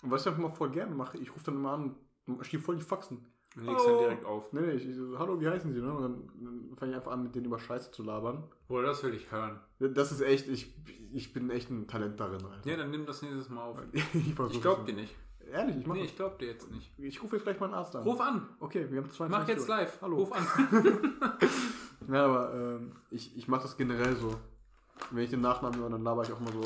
[SPEAKER 1] Und was ich einfach mal voll gerne mache, ich rufe dann immer an und schiebe voll die Faxen.
[SPEAKER 2] Dann legst du dann
[SPEAKER 1] Hallo.
[SPEAKER 2] direkt auf.
[SPEAKER 1] Nee, nee, ich, ich so, hallo, wie heißen Sie? Ne? Und dann, dann fange ich einfach an, mit denen über Scheiße zu labern.
[SPEAKER 2] Oder das will ich hören.
[SPEAKER 1] Das ist echt, ich, ich bin echt ein Talent darin. Alter.
[SPEAKER 2] Ja, dann nimm das nächstes Mal auf.
[SPEAKER 1] [LAUGHS] ich versuch
[SPEAKER 2] Ich glaub
[SPEAKER 1] es.
[SPEAKER 2] dir nicht.
[SPEAKER 1] Ehrlich, ich mach
[SPEAKER 2] Nee,
[SPEAKER 1] das.
[SPEAKER 2] ich glaub dir jetzt nicht.
[SPEAKER 1] Ich rufe jetzt gleich mal einen Arzt an.
[SPEAKER 2] Ruf an.
[SPEAKER 1] Okay, wir haben 22
[SPEAKER 2] Mach jetzt
[SPEAKER 1] Uhr.
[SPEAKER 2] live.
[SPEAKER 1] Hallo. [LAUGHS]
[SPEAKER 2] Ruf an.
[SPEAKER 1] Ja, aber ähm, ich, ich mache das generell so. Wenn ich den Nachnamen höre, dann laber ich auch mal so.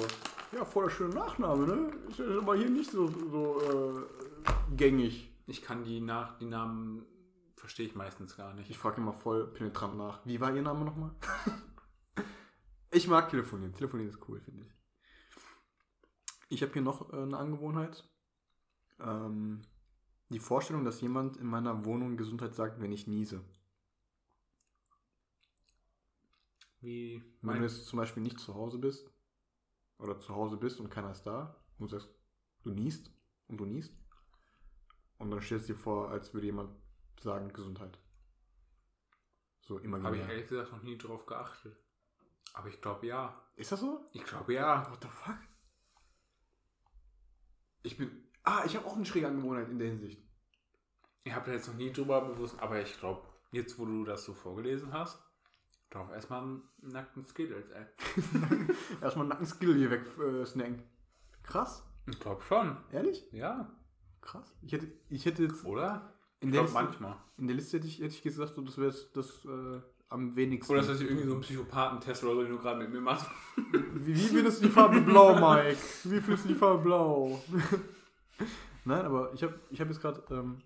[SPEAKER 1] Ja, voll der schöne Nachname, ne? Ist ja aber hier nicht so, so äh, gängig.
[SPEAKER 2] Ich kann die nach die Namen verstehe ich meistens gar
[SPEAKER 1] Ich
[SPEAKER 2] nicht.
[SPEAKER 1] frage immer voll penetrant nach. Wie war Ihr Name nochmal? [LAUGHS] ich mag telefonieren. Telefonieren ist cool, finde ich. Ich habe hier noch äh, eine Angewohnheit. Ähm, die Vorstellung, dass jemand in meiner Wohnung Gesundheit sagt, wenn ich niese.
[SPEAKER 2] Wie
[SPEAKER 1] Wenn du
[SPEAKER 2] mein,
[SPEAKER 1] jetzt zum Beispiel nicht zu Hause bist oder zu Hause bist und keiner ist da und du sagst, du niest und du niest und dann stellst du dir vor, als würde jemand sagen Gesundheit. So
[SPEAKER 2] habe ich
[SPEAKER 1] imaginär.
[SPEAKER 2] ehrlich gesagt noch nie drauf geachtet. Aber ich glaube ja.
[SPEAKER 1] Ist das so?
[SPEAKER 2] Ich glaube ja.
[SPEAKER 1] What the fuck? Ich bin. Ah, ich habe auch eine schräge Angewohnheit in der Hinsicht.
[SPEAKER 2] Ich habe da jetzt noch nie drüber bewusst, aber ich glaube, jetzt wo du das so vorgelesen hast, drauf erstmal einen nackten Skittles, ey.
[SPEAKER 1] Erstmal nacken Skill hier weg äh, snacken. Krass?
[SPEAKER 2] Ich glaube schon.
[SPEAKER 1] Ehrlich?
[SPEAKER 2] Ja.
[SPEAKER 1] Krass. Ich hätte, ich hätte jetzt
[SPEAKER 2] Oder?
[SPEAKER 1] in
[SPEAKER 2] Ich
[SPEAKER 1] der,
[SPEAKER 2] glaube
[SPEAKER 1] Liste,
[SPEAKER 2] manchmal.
[SPEAKER 1] in der Liste hätte ich, hätte ich gesagt, so, das wäre das äh, am wenigsten.
[SPEAKER 2] Oder ist das hier irgendwie so ein Psychopathentest oder so, den du gerade mit mir machst? [LAUGHS]
[SPEAKER 1] Wie, wie findest du die Farbe blau, Mike? Wie findest du die Farbe blau? [LAUGHS] Nein, aber ich habe ich hab jetzt gerade. Ähm,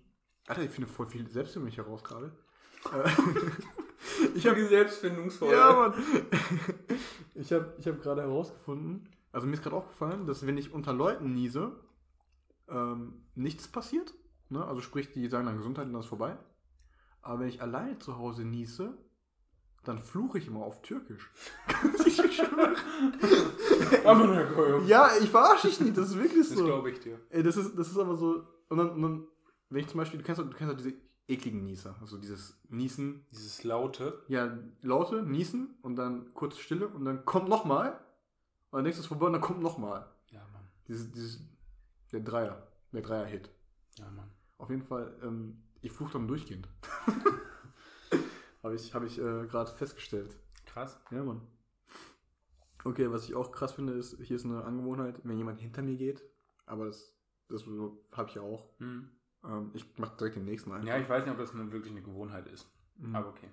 [SPEAKER 1] Alter, ich finde voll viel selbst über mich heraus gerade. Äh, ich habe
[SPEAKER 2] die Selbstfindungsfolge.
[SPEAKER 1] ja, Mann. [LAUGHS] Ich habe ich hab gerade herausgefunden, also mir ist gerade aufgefallen, dass wenn ich unter Leuten niese, ähm, nichts passiert. Ne? Also sprich, die sagen dann Gesundheit und dann ist vorbei. Aber wenn ich alleine zu Hause niese, dann fluche ich immer auf Türkisch. [LAUGHS] ich schwöre.
[SPEAKER 2] Amanakoi.
[SPEAKER 1] ja, ich verarsche dich nicht, das ist wirklich
[SPEAKER 2] Das
[SPEAKER 1] so.
[SPEAKER 2] glaube ich dir.
[SPEAKER 1] Ey, das ist, das ist aber so. Und dann, und dann wenn ich zum Beispiel, du kennst, doch- du kennst doch diese ekligen Nieser. Also dieses Niesen,
[SPEAKER 2] Dieses Laute.
[SPEAKER 1] ja, Laute, Niesen und dann kurze Stille und dann kommt nochmal. Und dann denkst du es ist vorbei und dann kommt nochmal.
[SPEAKER 2] Ja, Mann.
[SPEAKER 1] Dieses, dieses, der Dreier, der Dreier-Hit.
[SPEAKER 2] Ja, Mann.
[SPEAKER 1] Auf jeden Fall, ähm, ich fluche dann durchgehend. Habe ich, hab ich äh, gerade festgestellt.
[SPEAKER 2] Krass.
[SPEAKER 1] Ja, Mann. Okay, was ich auch krass finde, ist, hier ist eine Angewohnheit, wenn jemand hinter mir geht, aber das, das so, habe ich ja auch.
[SPEAKER 2] Hm.
[SPEAKER 1] Ähm, ich mache direkt den nächsten ein.
[SPEAKER 2] Ja, ich weiß nicht, ob das eine, wirklich eine Gewohnheit ist.
[SPEAKER 1] Mhm.
[SPEAKER 2] Aber okay.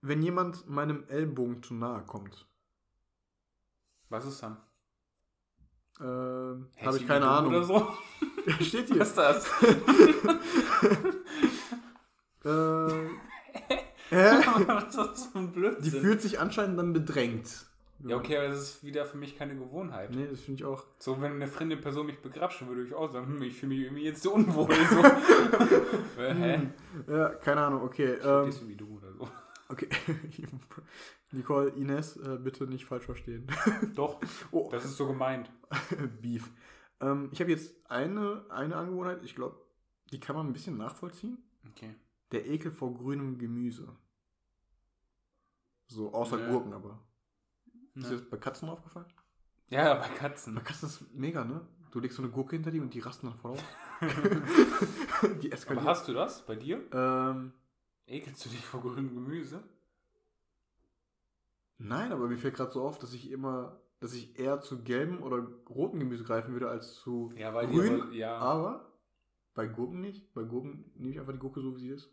[SPEAKER 1] Wenn jemand meinem Ellbogen zu nahe kommt,
[SPEAKER 2] Was ist dann?
[SPEAKER 1] ähm, habe
[SPEAKER 2] Hässige
[SPEAKER 1] ich keine
[SPEAKER 2] Du
[SPEAKER 1] Ahnung. [LAUGHS]
[SPEAKER 2] Oder so?
[SPEAKER 1] Steht
[SPEAKER 2] Was
[SPEAKER 1] hier.
[SPEAKER 2] ist das? [LAUGHS]
[SPEAKER 1] Ähm,
[SPEAKER 2] [LAUGHS]
[SPEAKER 1] hä?
[SPEAKER 2] Was ist das für ein Blödsinn?
[SPEAKER 1] Die fühlt sich anscheinend dann bedrängt.
[SPEAKER 2] ja, okay, aber das ist wieder für mich keine Gewohnheit.
[SPEAKER 1] Nee, das finde ich auch.
[SPEAKER 2] So, wenn eine fremde Person mich begrapschen würde, würde ich auch sagen, hm, ich fühle mich irgendwie jetzt so unwohl.
[SPEAKER 1] [LAUGHS]
[SPEAKER 2] So. Äh, Hä?
[SPEAKER 1] Hm. Ja, keine Ahnung, okay.
[SPEAKER 2] Ähm,
[SPEAKER 1] Ähm,
[SPEAKER 2] ist wie du
[SPEAKER 1] [LAUGHS]
[SPEAKER 2] oder so.
[SPEAKER 1] okay. [LAUGHS] Nicole, Ines, äh, bitte nicht falsch verstehen. [LAUGHS]
[SPEAKER 2] Doch,
[SPEAKER 1] Oh,
[SPEAKER 2] das ist so gemeint.
[SPEAKER 1] Beef. Ähm, ich habe jetzt eine, eine Angewohnheit, ich glaube, die kann man ein bisschen nachvollziehen.
[SPEAKER 2] Okay.
[SPEAKER 1] Der Ekel vor grünem Gemüse. So, außer
[SPEAKER 2] Ja.
[SPEAKER 1] Gurken aber. Ist dir
[SPEAKER 2] Ne?
[SPEAKER 1] das bei Katzen aufgefallen?
[SPEAKER 2] Ja, bei
[SPEAKER 1] Bei
[SPEAKER 2] Katzen.
[SPEAKER 1] Katzen ist mega, ne? Du legst so eine Gurke hinter die und die rasten dann voll aus.
[SPEAKER 2] [LAUGHS]
[SPEAKER 1] die
[SPEAKER 2] Aber
[SPEAKER 1] eskalieren.
[SPEAKER 2] hast du das bei dir?
[SPEAKER 1] Ähm,
[SPEAKER 2] Ekelst du dich vor grünem Gemüse?
[SPEAKER 1] nein, aber mir fällt gerade so auf, dass ich immer, dass ich eher zu gelbem oder rotem Gemüse greifen würde als zu
[SPEAKER 2] Ja, weil
[SPEAKER 1] Grün? Ah,
[SPEAKER 2] die. Ja.
[SPEAKER 1] Aber bei Gurken nicht. Bei Gurken nehme ich einfach die Gurke so, wie sie
[SPEAKER 2] [LAUGHS]
[SPEAKER 1] ist.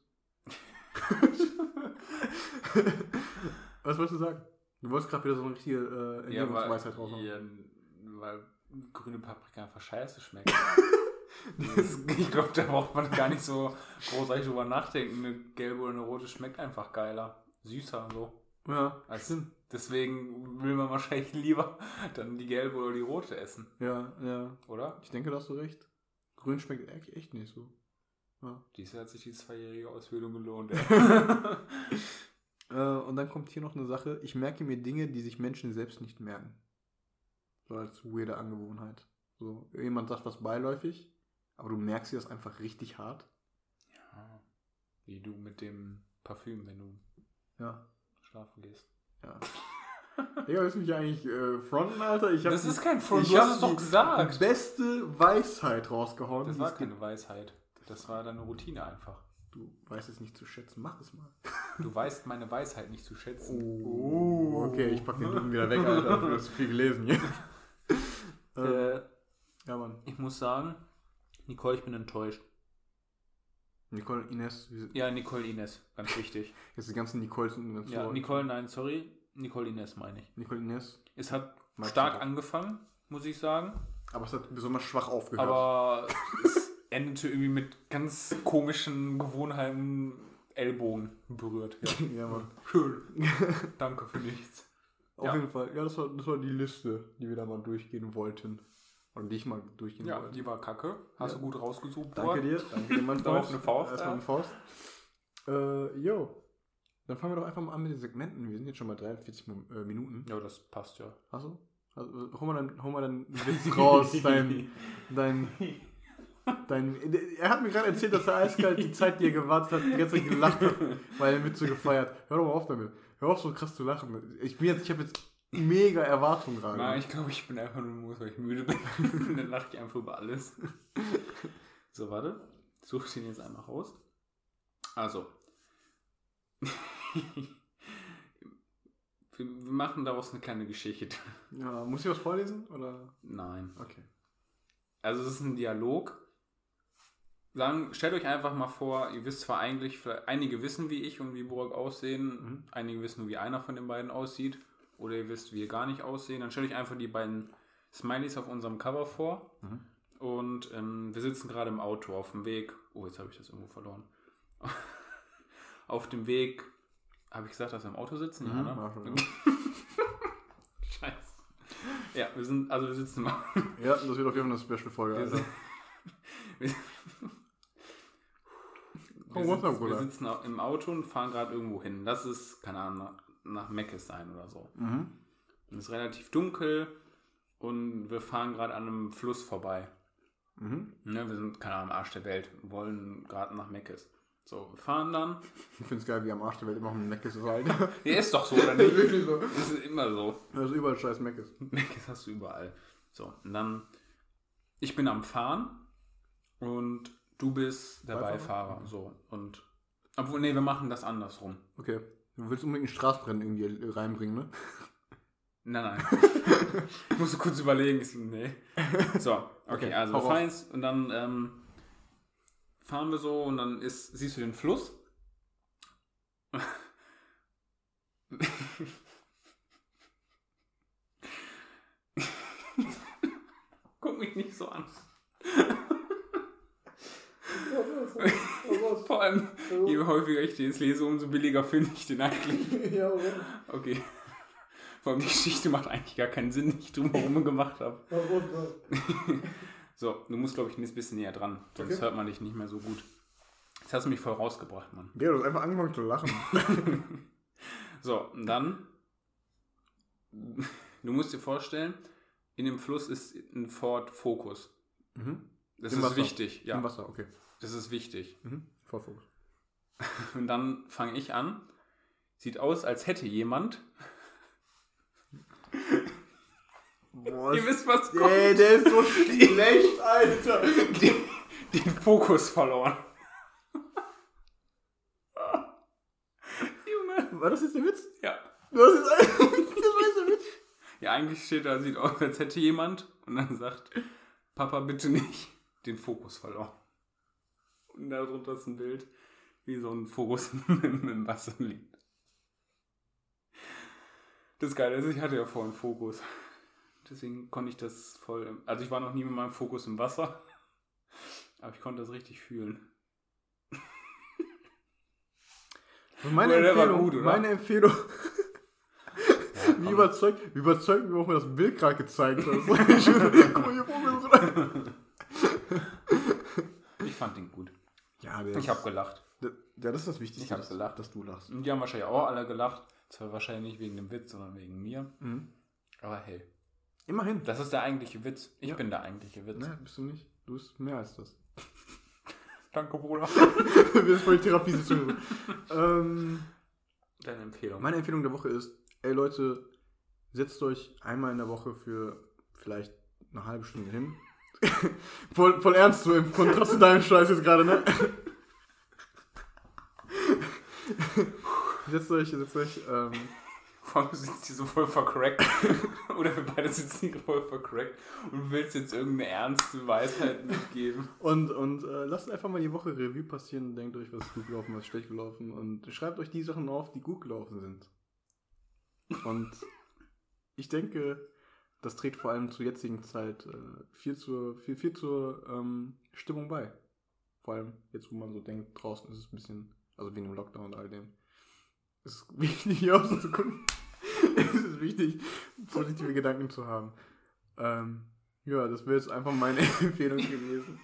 [SPEAKER 1] Was wolltest du sagen? Du wolltest gerade wieder so eine richtige äh,
[SPEAKER 2] ja, weil,
[SPEAKER 1] Ernährungsweisheit raushauen.
[SPEAKER 2] ja, weil grüne Paprika einfach
[SPEAKER 1] [LAUGHS]
[SPEAKER 2] scheiße schmeckt. Das- ich glaube, da braucht man gar nicht so großartig drüber nachdenken. Eine gelbe oder eine rote schmeckt einfach geiler. Süßer und so.
[SPEAKER 1] Ja,
[SPEAKER 2] Als-
[SPEAKER 1] stimmt.
[SPEAKER 2] Deswegen will man wahrscheinlich [LAUGHS] lieber dann die gelbe oder die rote essen,
[SPEAKER 1] Ja, ja.
[SPEAKER 2] oder?
[SPEAKER 1] Ich denke, da hast du recht. Grün schmeckt echt, echt nicht so.
[SPEAKER 2] Dies hat sich die zweijährige Ausbildung gelohnt. ey.
[SPEAKER 1] [LAUGHS] Äh, und dann kommt hier noch eine Sache. Ich merke mir Dinge, die sich Menschen selbst nicht merken. So als weirde Angewohnheit. So, jemand sagt was beiläufig, aber du merkst dir das einfach richtig hart.
[SPEAKER 2] Ja. Ah, Wie du mit dem Parfüm, wenn du
[SPEAKER 1] Ja,
[SPEAKER 2] schlafen gehst. [LAUGHS]
[SPEAKER 1] Ja. Digga, willst du mich eigentlich äh, fronten, Alter? Ich hab
[SPEAKER 2] Das
[SPEAKER 1] die
[SPEAKER 2] ist kein Front,
[SPEAKER 1] ich
[SPEAKER 2] du
[SPEAKER 1] hab
[SPEAKER 2] hast es doch
[SPEAKER 1] die-
[SPEAKER 2] gesagt.
[SPEAKER 1] beste Weisheit rausgehauen.
[SPEAKER 2] Das
[SPEAKER 1] die
[SPEAKER 2] war
[SPEAKER 1] es gibt.
[SPEAKER 2] keine Weisheit. Das war deine Routine einfach.
[SPEAKER 1] Du weißt es nicht zu schätzen, mach es mal.
[SPEAKER 2] Du weißt meine Weisheit nicht zu schätzen.
[SPEAKER 1] Oh. Okay, ich pack den Duden wieder weg, Alter. Du hast zu viel gelesen
[SPEAKER 2] [LAUGHS]
[SPEAKER 1] hier. ähm,
[SPEAKER 2] Äh,
[SPEAKER 1] ja, Mann.
[SPEAKER 2] ich muss sagen, Nicole, ich bin enttäuscht.
[SPEAKER 1] Nicole und Ines, wir sind-
[SPEAKER 2] Ja, Nicole Ines, ganz wichtig.
[SPEAKER 1] jetzt die ganzen Nicoles und Ines.
[SPEAKER 2] [LAUGHS] ja, Nicole, nein, sorry. Nicole Ines meine ich.
[SPEAKER 1] Nicole Ines.
[SPEAKER 2] Es hat
[SPEAKER 1] Magst du
[SPEAKER 2] stark
[SPEAKER 1] das?
[SPEAKER 2] angefangen, muss ich sagen.
[SPEAKER 1] Aber es hat besonders schwach aufgehört.
[SPEAKER 2] Aber es endete irgendwie mit ganz komischen Gewohnheiten Ellbogen berührt. Ja.
[SPEAKER 1] [LAUGHS] ja, Mann.
[SPEAKER 2] [LAUGHS] Schön. Danke für nichts.
[SPEAKER 1] Auf
[SPEAKER 2] Ja.
[SPEAKER 1] jeden Fall. Ja, das war, das war die Liste, die wir da mal durchgehen wollten. Und die ich mal durchgehen
[SPEAKER 2] Ja,
[SPEAKER 1] wollte.
[SPEAKER 2] die war kacke. Hast
[SPEAKER 1] Ja.
[SPEAKER 2] du gut rausgesucht,
[SPEAKER 1] Danke dir. Danke dir,
[SPEAKER 2] [LAUGHS]
[SPEAKER 1] mein
[SPEAKER 2] Darauf
[SPEAKER 1] Freund.
[SPEAKER 2] eine Faust,
[SPEAKER 1] Erstmal
[SPEAKER 2] ja.
[SPEAKER 1] eine Faust. Äh, jo. Dann fangen wir doch einfach mal an mit den Segmenten. Wir sind jetzt schon bei 43 Mo- äh, Minuten.
[SPEAKER 2] Ja, das passt ja.
[SPEAKER 1] Hast du? Also, hol mal dann, hol mal dann einen Witz raus. Dein, dein, dein, er hat mir gerade erzählt, dass er eiskalt die Zeit, die er gewartet hat, die ganze Zeit gelacht hat, weil er mit so gefeiert. Hör doch mal auf damit. Hör auf, so krass zu lachen. Ich bin jetzt, ich habe jetzt mega Erwartungen gerade.
[SPEAKER 2] Nein, ich glaube, ich bin einfach nur muss, weil ich müde bin. [LAUGHS] Dann lache ich einfach über alles. [LAUGHS] So, warte. Such den jetzt einmal raus. Also. [LAUGHS] wir, wir machen daraus eine kleine Geschichte.
[SPEAKER 1] Ja, muss ich was vorlesen? Oder?
[SPEAKER 2] Nein.
[SPEAKER 1] Okay.
[SPEAKER 2] Also es ist ein Dialog. sagen, stellt euch einfach mal vor, ihr wisst zwar eigentlich, vielleicht, einige wissen, wie ich und wie Burak aussehen,
[SPEAKER 1] Mhm.
[SPEAKER 2] einige wissen nur, wie einer von den beiden aussieht, oder ihr wisst, wie ihr gar nicht aussehen, dann stellt euch einfach die beiden Smileys auf unserem Cover vor.
[SPEAKER 1] Mhm.
[SPEAKER 2] Und ähm, wir sitzen gerade im Auto auf dem Weg. Oh, jetzt habe ich das irgendwo verloren. [LAUGHS] auf dem Weg. Habe ich gesagt, dass wir im Auto sitzen?
[SPEAKER 1] Mhm,
[SPEAKER 2] ja, [LAUGHS]
[SPEAKER 1] war
[SPEAKER 2] ne?
[SPEAKER 1] schon.
[SPEAKER 2] Scheiße. Ja, wir sind, also wir sitzen im Auto.
[SPEAKER 1] Ja, das wird auf jeden Fall eine Special-Folge.
[SPEAKER 2] Wir
[SPEAKER 1] Also.
[SPEAKER 2] sind- wir-
[SPEAKER 1] Oh,
[SPEAKER 2] wir,
[SPEAKER 1] what's up,
[SPEAKER 2] sitzen, wir
[SPEAKER 1] Bruder?
[SPEAKER 2] sitzen au- im Auto und fahren gerade irgendwo hin. Das ist, keine Ahnung, nach- nach Meckes sein oder so.
[SPEAKER 1] Mhm.
[SPEAKER 2] Und es ist relativ dunkel und wir fahren gerade an einem Fluss vorbei.
[SPEAKER 1] Mhm.
[SPEAKER 2] Ne, wir sind, keine Ahnung, am Arsch der Welt, wollen gerade nach Meckes. So, wir fahren dann.
[SPEAKER 1] Ich finde es geil, wie am Arsch der Welt immer noch ein Mac ist. Halt.
[SPEAKER 2] Ja, ist doch so, oder nicht?
[SPEAKER 1] [LAUGHS] Wirklich so.
[SPEAKER 2] [LAUGHS] Das ist immer so.
[SPEAKER 1] Das ist überall scheiß Mac ist.
[SPEAKER 2] Macs hast du überall. So, und dann, ich bin am Fahren und du bist der
[SPEAKER 1] Beifahrer?
[SPEAKER 2] Beifahrer. So, und, obwohl, nee, wir machen das andersrum.
[SPEAKER 1] Okay. Du willst unbedingt ein Straßbrennen irgendwie reinbringen, ne?
[SPEAKER 2] Nein, nein.
[SPEAKER 1] [LAUGHS]
[SPEAKER 2] ich musste kurz überlegen. Ich so, nee. So, okay,
[SPEAKER 1] Okay,
[SPEAKER 2] also
[SPEAKER 1] hau
[SPEAKER 2] wir fahren
[SPEAKER 1] raus.
[SPEAKER 2] jetzt und dann ähm, fahren wir so und dann ist, siehst du den Fluss. [LAUGHS] Guck mich nicht so an. Vor allem, je häufiger ich den jetzt lese, umso billiger finde ich den eigentlich.
[SPEAKER 1] ja,
[SPEAKER 2] Okay. Vor allem die Geschichte macht eigentlich gar keinen Sinn, die ich drumherum gemacht habe. So, du musst, glaube ich, ein bisschen näher dran, sonst
[SPEAKER 1] Okay.
[SPEAKER 2] hört man dich nicht mehr so gut. Jetzt hast du mich voll rausgebracht, Mann.
[SPEAKER 1] Ja, du hast einfach angefangen zu
[SPEAKER 2] [LAUGHS]
[SPEAKER 1] lachen.
[SPEAKER 2] So, und dann, [LAUGHS] du musst dir vorstellen, in dem Fluss ist ein Ford Focus.
[SPEAKER 1] Mhm.
[SPEAKER 2] Das
[SPEAKER 1] Im
[SPEAKER 2] ist
[SPEAKER 1] Wasser.
[SPEAKER 2] wichtig,
[SPEAKER 1] Im
[SPEAKER 2] ja.
[SPEAKER 1] Wasser, okay.
[SPEAKER 2] Das ist wichtig.
[SPEAKER 1] Mhm. Vollfokus.
[SPEAKER 2] Und dann fange ich an. Sieht aus, als hätte jemand.
[SPEAKER 1] Boah,
[SPEAKER 2] Ihr wisst, was kommt. [LAUGHS]
[SPEAKER 1] ey, der ist so schlecht, Alter.
[SPEAKER 2] den, den Fokus verloren. Junge.
[SPEAKER 1] War das jetzt der Witz?
[SPEAKER 2] Ja.
[SPEAKER 1] Das ist [LAUGHS] das war jetzt der Witz.
[SPEAKER 2] ja, eigentlich steht da, sieht aus, als hätte jemand und dann sagt, Papa, bitte nicht den Fokus verloren. Und darunter ist ein Bild, wie so ein Fokus [LAUGHS] im im Wasser liegt. Das Geile ist, ich hatte ja vorhin Fokus. Deswegen konnte ich das voll. Also, ich war noch nie mit meinem Fokus im Wasser. Aber ich konnte das richtig fühlen.
[SPEAKER 1] Meine
[SPEAKER 2] Well, der war
[SPEAKER 1] Empfehlung,
[SPEAKER 2] gut, oder?
[SPEAKER 1] meine Empfehlung.
[SPEAKER 2] komm.
[SPEAKER 1] Wie überzeugt, wie überzeugt, wie auch mir das Bild gerade [LAUGHS] gezeigt hast. Ich bin- Guck mal, hier vorne ist rein.
[SPEAKER 2] Ich fand den gut.
[SPEAKER 1] Ja, der
[SPEAKER 2] Ich habe gelacht.
[SPEAKER 1] Ja, das ist das Wichtigste,
[SPEAKER 2] Ich hab
[SPEAKER 1] dass,
[SPEAKER 2] gelacht.
[SPEAKER 1] dass du lachst.
[SPEAKER 2] Und die haben wahrscheinlich auch alle gelacht. Zwar wahrscheinlich nicht wegen dem Witz, sondern wegen mir. Aber hey,
[SPEAKER 1] Immerhin.
[SPEAKER 2] das ist der eigentliche Witz. Ich
[SPEAKER 1] Ja.
[SPEAKER 2] bin der eigentliche Witz.
[SPEAKER 1] Nein, bist du nicht. Du bist mehr als das. [LAUGHS]
[SPEAKER 2] Danke, Bruder.
[SPEAKER 1] Wir sind voll Therapiesitzung. ähm,
[SPEAKER 2] [LAUGHS] Deine Empfehlung.
[SPEAKER 1] meine Empfehlung der Woche ist, ey Leute, setzt euch einmal in der Woche für vielleicht eine halbe Stunde hin. [LAUGHS] voll, voll ernst, so im Kontrast zu deinem Scheiß jetzt gerade, ne? [LAUGHS] setzt euch, setzt euch, ähm,
[SPEAKER 2] Vor allem sitzt hier so voll vercrackt. [LAUGHS] Oder wir beide sitzen hier voll vercrackt und willst jetzt irgendeine ernste Weisheit [LAUGHS] mitgeben.
[SPEAKER 1] Und, und äh, lasst einfach mal die Woche Revue passieren und denkt euch, was ist gut gelaufen, was ist schlecht gelaufen. Und schreibt euch die Sachen auf, die gut gelaufen sind. Und ich denke, das trägt vor allem zur jetzigen Zeit äh, viel zur, viel, viel zur ähm, Stimmung bei. Vor allem jetzt, wo man so denkt, draußen ist es ein bisschen, also wegen dem Lockdown und all dem, ist es [LAUGHS] wichtig, hier auszugucken. es ist wichtig, positive Gedanken zu haben. Ähm, ja, das wäre jetzt einfach meine [LAUGHS] Empfehlung gewesen.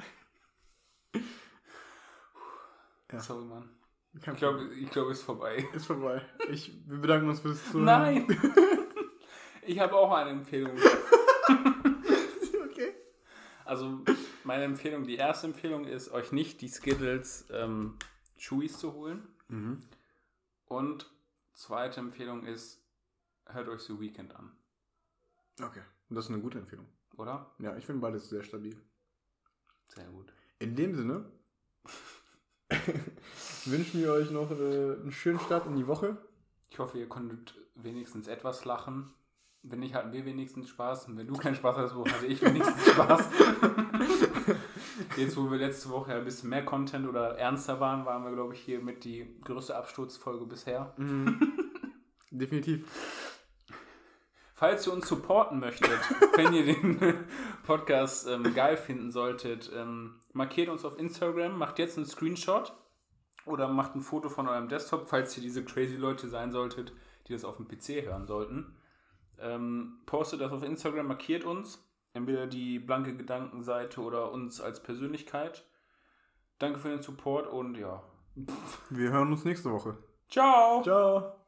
[SPEAKER 1] Ja.
[SPEAKER 2] Sorry, Mann.
[SPEAKER 1] Kein
[SPEAKER 2] Ich glaube, ich glaub, es ist vorbei.
[SPEAKER 1] Ist vorbei. Ich, wir bedanken uns fürs Zuhören.
[SPEAKER 2] [LAUGHS] Nein! Ich habe auch eine Empfehlung.
[SPEAKER 1] [LAUGHS] Okay.
[SPEAKER 2] Also meine Empfehlung, die erste Empfehlung ist, euch nicht die Skittles ähm, Chewies zu holen.
[SPEAKER 1] Mhm.
[SPEAKER 2] Und zweite Empfehlung ist, hört euch The Weekend an,
[SPEAKER 1] Okay. Und das ist eine gute Empfehlung.
[SPEAKER 2] oder?
[SPEAKER 1] Ja, ich finde beides sehr stabil.
[SPEAKER 2] Sehr gut.
[SPEAKER 1] In dem Sinne [LAUGHS] wünschen wir euch noch äh, einen schönen Start in die Woche.
[SPEAKER 2] Ich hoffe, ihr konntet wenigstens etwas lachen. Wenn nicht, hatten wir wenigstens Spaß. Und wenn du keinen Spaß hattest, hatte ich wenigstens Spaß. Jetzt, wo wir letzte Woche ja ein bisschen mehr Content oder ernster waren, waren wir, glaube ich, hier mit die größte Absturzfolge bisher.
[SPEAKER 1] [LAUGHS] Definitiv.
[SPEAKER 2] Falls ihr uns supporten möchtet, wenn ihr den Podcast ähm, geil finden solltet, ähm, markiert uns auf Instagram, macht jetzt einen Screenshot oder macht ein Foto von eurem Desktop, falls ihr diese crazy Leute sein solltet, die das auf dem PC hören sollten. Ähm, postet das auf Instagram, markiert uns, entweder die blanke Gedankenseite oder uns als Persönlichkeit. Danke für den Support und ja.
[SPEAKER 1] Wir hören uns nächste Woche.
[SPEAKER 2] Ciao!
[SPEAKER 1] Ciao.